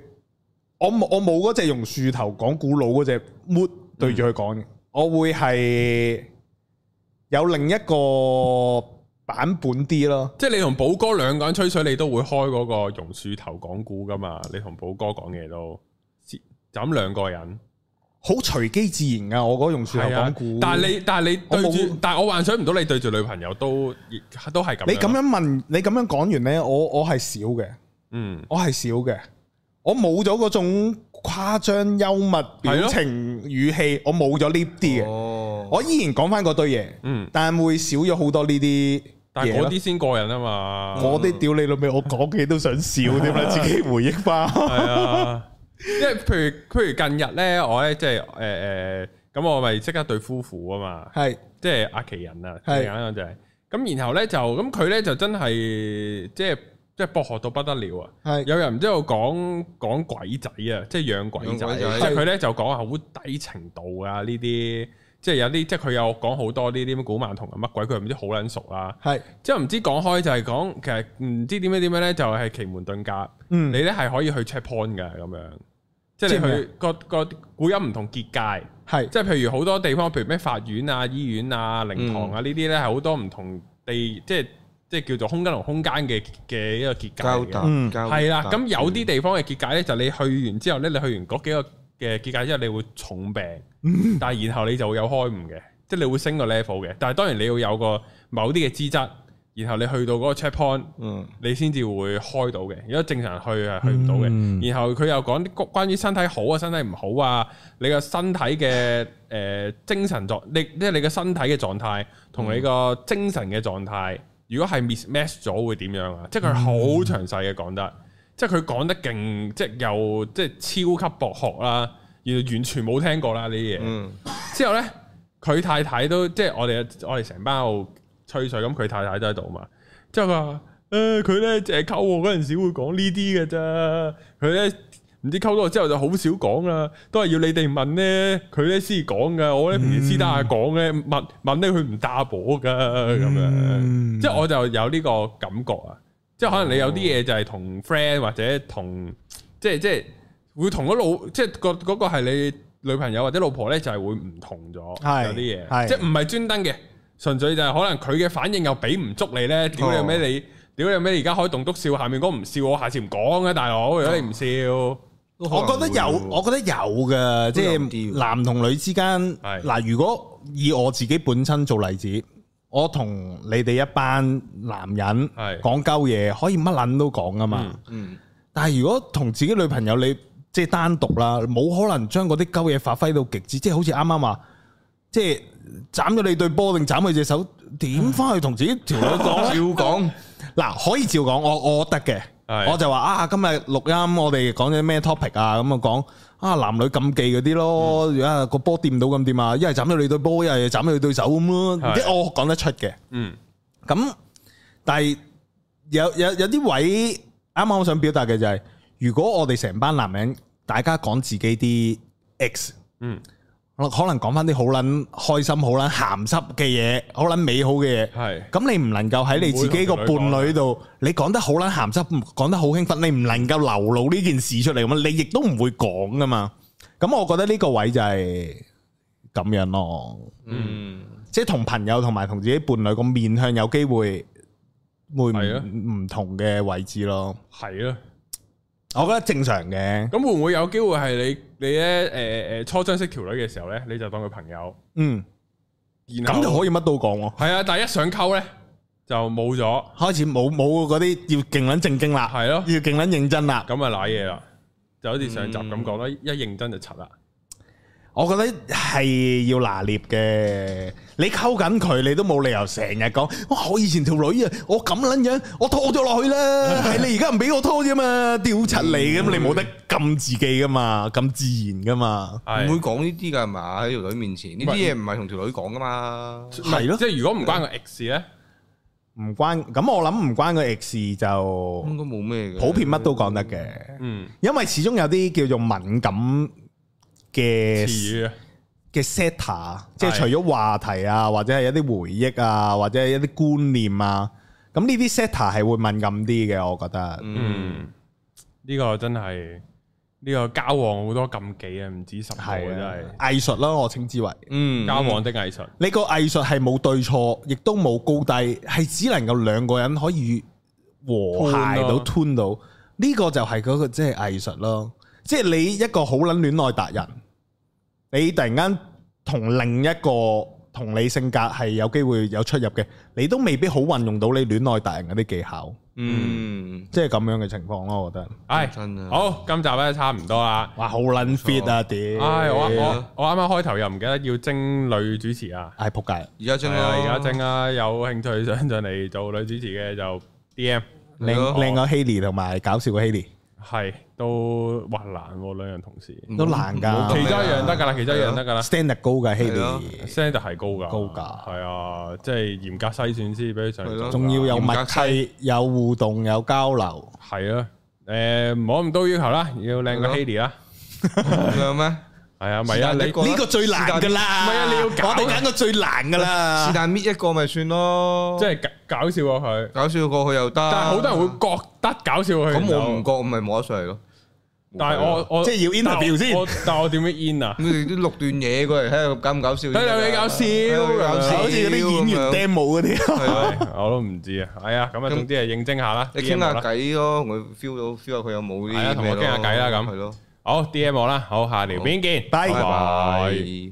C: 我冇我冇嗰只用樹頭講古佬嗰只 mood 對住佢講
A: 嗯
C: 嘅，我會係有另一個版本啲咯。
A: 即係你同寶哥兩個人吹水，你都會開嗰個榕樹頭講故噶嘛？你同寶哥講嘢都就咁兩個人，
C: 好隨機自然噶，我嗰用樹頭
A: 係啊
C: 講古。，
A: 但係你但係你對
C: 我
A: 住
C: 冇，
A: 但係我幻想唔到你對住女朋友都都係咁，
C: 你咁樣問，你咁樣講完呢，我我係少嘅，
A: 嗯。
C: 我係少嘅，我冇咗嗰種誇張幽默表情語氣，我冇咗呢啲嘅，
B: 哦，
C: 我依然講翻嗰堆嘢，
A: 嗯，
C: 但會少咗好多呢啲
A: 但係
C: 嘢
A: 嗰
C: 咯。
A: 啲先過癮啊嘛，
C: 我啲屌你老味，我講嘅都想笑添啦，自己回憶翻。
A: 係啊，因為譬如譬如近日咧，我咧即係誒誒，咁我咪即刻對夫婦啊嘛，
C: [laughs] 係
A: 即係阿奇人啊，
C: 係
A: 最簡單就係咁，然後咧就咁佢咧就真係即係即係博學到不得了啊！
C: 係
A: 有人唔知道講講鬼仔啊，即係養鬼仔，
B: 養鬼
A: 即
B: 仔
A: 係佢咧就講下好低程度啊呢啲，即係有啲即係佢有講好多呢啲咩古曼童啊乜鬼，佢唔知好撚熟啦。
C: 係，
A: 之後唔知講開就係講其實唔知點樣點樣咧，就係奇門遁甲。
C: 嗯
A: 你，咧係可以去 check point 嘅咁樣，即係
C: 即係
A: 你
C: 咩
A: 去個個古音唔同結界，
C: 係
A: 即係譬如好多地方，譬如咩法院啊、醫院啊、靈堂啊呢啲咧，係好多唔同地，即係即係叫做空間同空間嘅嘅一個結界
B: 交
A: 嚟嘅。
B: 搭
C: 嗯
B: 交搭
A: 係啦，咁有啲地方嘅結界咧，就你去完之後咧，你去完嗰幾個嘅結界之後，你會重病，但係然後你就會有開悟嘅，即係你會升個 level 嘅。但係當然你要有個某啲嘅資質，然後你去到嗰個 check point。
B: 嗯
A: 你先至會開到嘅。如果正常人去係去唔到嘅。
C: 嗯
A: 然後佢又講啲關於身體好啊、身體唔好啊，你個身體嘅誒、呃精神狀，你即係你嘅身體嘅狀態同你個精神嘅狀態，如果係 mismatch 咗會點樣啊？即係佢好詳細嘅講得，即係佢講得勁，即係又即係超級博學啦，然後完全冇聽過啦呢啲嘢。
B: 嗯
A: 之後呢，佢太太都即係我哋我哋成班喺度吹水，咁佢太太都喺度嘛。之後佢話：誒佢呢淨係溝我嗰陣時會講呢啲嘅咋，佢呢，唔知溝咗我之後就好少講啦，都係要你哋問呢，佢呢先講噶。我呢平時私底下講呢，問問呢佢唔答我噶咁樣。
C: 嗯
A: 即係我就有呢個感覺啊！即係可能你有啲嘢就係同 friend 或者同即係即係會同嗰老即係個嗰個係你女朋友或者老婆咧，就係會唔同咗
C: 係
A: 有啲嘢，
C: 係
A: 即係唔係專登嘅，純粹就係可能佢嘅反應又俾唔足你咧，屌你咩你。屌你咩！而家開棟篤笑，下面嗰個唔笑，我下次唔講嘅，大佬。如果你唔笑，
C: 哦我覺得有，我覺得有嘅，即
B: 都有啲
C: 係男同女之間。
A: 係
C: 嗱，如果以我自己本身做例子，我同你哋一班男人
A: 係
C: 講鳩嘢，可以乜撚都講噶嘛。
B: 嗯
C: 但係如果同自己女朋友你即係單獨啦，冇可能將嗰啲鳩嘢發揮到極致，即係好似啱啱話，即係斬咗你對波定斬佢隻手，點翻去同自己條女講
B: 照
C: 咧？
B: 講
C: 嗱，可以照講，我我得嘅
A: 係，
C: 我就話啊，今日錄音我哋講咗咩 topic 啊，咁啊講啊男女禁忌嗰啲咯，
A: 嗯
C: 而家個波掂到咁點啊，一係斬咗你對波，一係斬咗你對手咁咯，
A: 係
C: 即係我講得出嘅。
A: 嗯，
C: 咁但係有有有啲位啱啱我想表達嘅就係、如果我哋成班男人大家講自己啲 X，
A: 嗯，
C: 可可能講翻啲好撚開心、好撚鹹濕嘅嘢、好撚美好嘅嘢。
A: 係
C: 咁你唔能夠喺你自己個伴侶度，你講得好撚鹹濕，講得好興奮，你唔能夠流露呢件事出嚟咁，你亦都唔會講噶嘛。咁我覺得呢個位就係咁樣咯。
B: 嗯
C: 即係同朋友同埋同自己伴侶個面向有機會會
A: 係啊
C: 唔唔同嘅位置咯。
A: 係咯。
C: 我覺得正常嘅，
A: 咁會唔會有機會係你你咧誒誒初相識條女嘅時候咧，你就當佢朋友，
C: 嗯，
A: 然
C: 咁
A: 後
C: 就可以乜都講喎。
A: 係啊，但係一上溝咧，就冇咗，
C: 開始冇冇嗰啲要勁撚正經啦，
A: 係咯
C: 要勁撚認真啦。
A: 咁啊濑嘢啦，就好似上集咁講啦，一認真就柒啦，
C: 我覺得係要拿捏嘅。你溝緊佢，你都冇理由成日講，哇！我以前條女啊，我咁撚樣，我拖咗落
A: [laughs]
C: 去啦，係你而家唔俾我拖啫嘛，屌柒你咁，
A: 嗯
C: 你冇得禁自己噶嘛，禁自然噶嘛，
A: 係
B: 唔會講呢啲㗎係嘛？喺條女面前，呢啲嘢唔係同條女講㗎嘛。
C: 係咯
A: 即係如果唔關個 X 咧，
C: 唔關咁我諗唔關個 X 就
B: 應該冇咩嘅。
C: 普遍乜都講得嘅，
A: 嗯，
C: 因為始終有啲叫做敏感嘅
A: 詞語啊，
C: 嘅 setter，即啊係除咗話題啊，或者係一啲回憶啊，或者係一啲觀念啊，咁呢啲 setter 係會敏感啲嘅，我覺得。
B: 嗯，
A: 嗯，呢個真係呢個交往好多禁忌啊，唔止十個啊
C: 係
A: 真
C: 啊
A: 係，
C: 藝術啦，我稱之為
B: 嗯，
A: 交往的藝術，
C: 你個藝術係冇對錯，亦都冇高低，係只能夠兩個人可以和諧到 t 到，呢個就係嗰個即係藝術咯。即係你一個好撚戀愛達人，你突然間同另一個同你性格係有機會有出入嘅，你都未必好運用到你戀愛達人嗰啲技巧，
B: 嗯，
C: 即係咁樣嘅情況咯。我覺得，
A: 唉，
B: 真啊
A: 好，今集咧差唔多啦。
C: 哇，好撚 fit 啊！屌，
A: 唉，我我
B: 啊
A: 我啱啱開頭又唔記得要徵女主持啊，
C: 唉仆街，
B: 而家
A: 係
B: 精
A: 啊，
B: 啦，
A: 而家徵啊，有興趣想上嚟做女主持嘅就 D M，
C: 靚
B: 係咯
C: 靚過 Haley 同埋搞笑過 Haley，
A: 係都哇難喎兩樣同事，其
B: 嗯
C: 都難㗎
B: 唔好咁
A: 中一
B: 樣
A: 樣得㗎啦，其中一樣得㗎啦
C: standard 高嘅
B: 係
A: 啊
B: 咯
C: Haley。
A: ，standard 係高㗎，
C: 高㗎
A: 係啊，即係嚴格篩選先俾佢上嚟
B: 係咯
A: 做，
C: 仲要有默
B: 嚴
C: 契、有互動、有交流。
A: 係啊，誒唔好咁多要求啦，要靚過
B: 係咯
A: Haley 啦，
B: 咁樣咩？
A: 係啊，唔
B: 是
A: 係啊，
B: 但
A: 你
B: 一個啦
C: 呢個最難噶啦，
A: 是但唔係啊你要搞
C: 我哋揀個最難噶
B: 是
C: 啦。
B: 但搣一個咪算咯，
A: 啊即係搞搞笑過佢，
B: 搞笑過佢又得。
A: 但係好多人會覺得搞笑過佢，
B: 咁我唔
A: 然後
B: 覺，我咪冇得上嚟咯。
A: 但係我我
C: 即係要 interview 先
A: 我但 [laughs] 係我點樣 in 啊？
B: 你哋都錄段嘢過嚟睇下搞唔搞笑先得㗎。
A: 睇下你搞笑
B: 睇下搞笑，
C: 好似嗰啲演
B: 咁
C: 員
B: 樣
C: demo 嗰啲，
B: 係咯
A: 我都唔知啊，係啊，咁啊，
B: 咁
A: 總之係認證下啦，
B: 你
A: DM
B: 傾下
A: 我啦，
B: 偈咯，我 feel 到 feel 下佢有冇呢
A: 係啊
B: 啲
A: 同我
B: 咩咯
A: 傾下偈啦咁
B: 係咯，
A: 好 D M 我啦，好，下條片見，
C: 拜
B: 拜
C: 拜
B: 拜。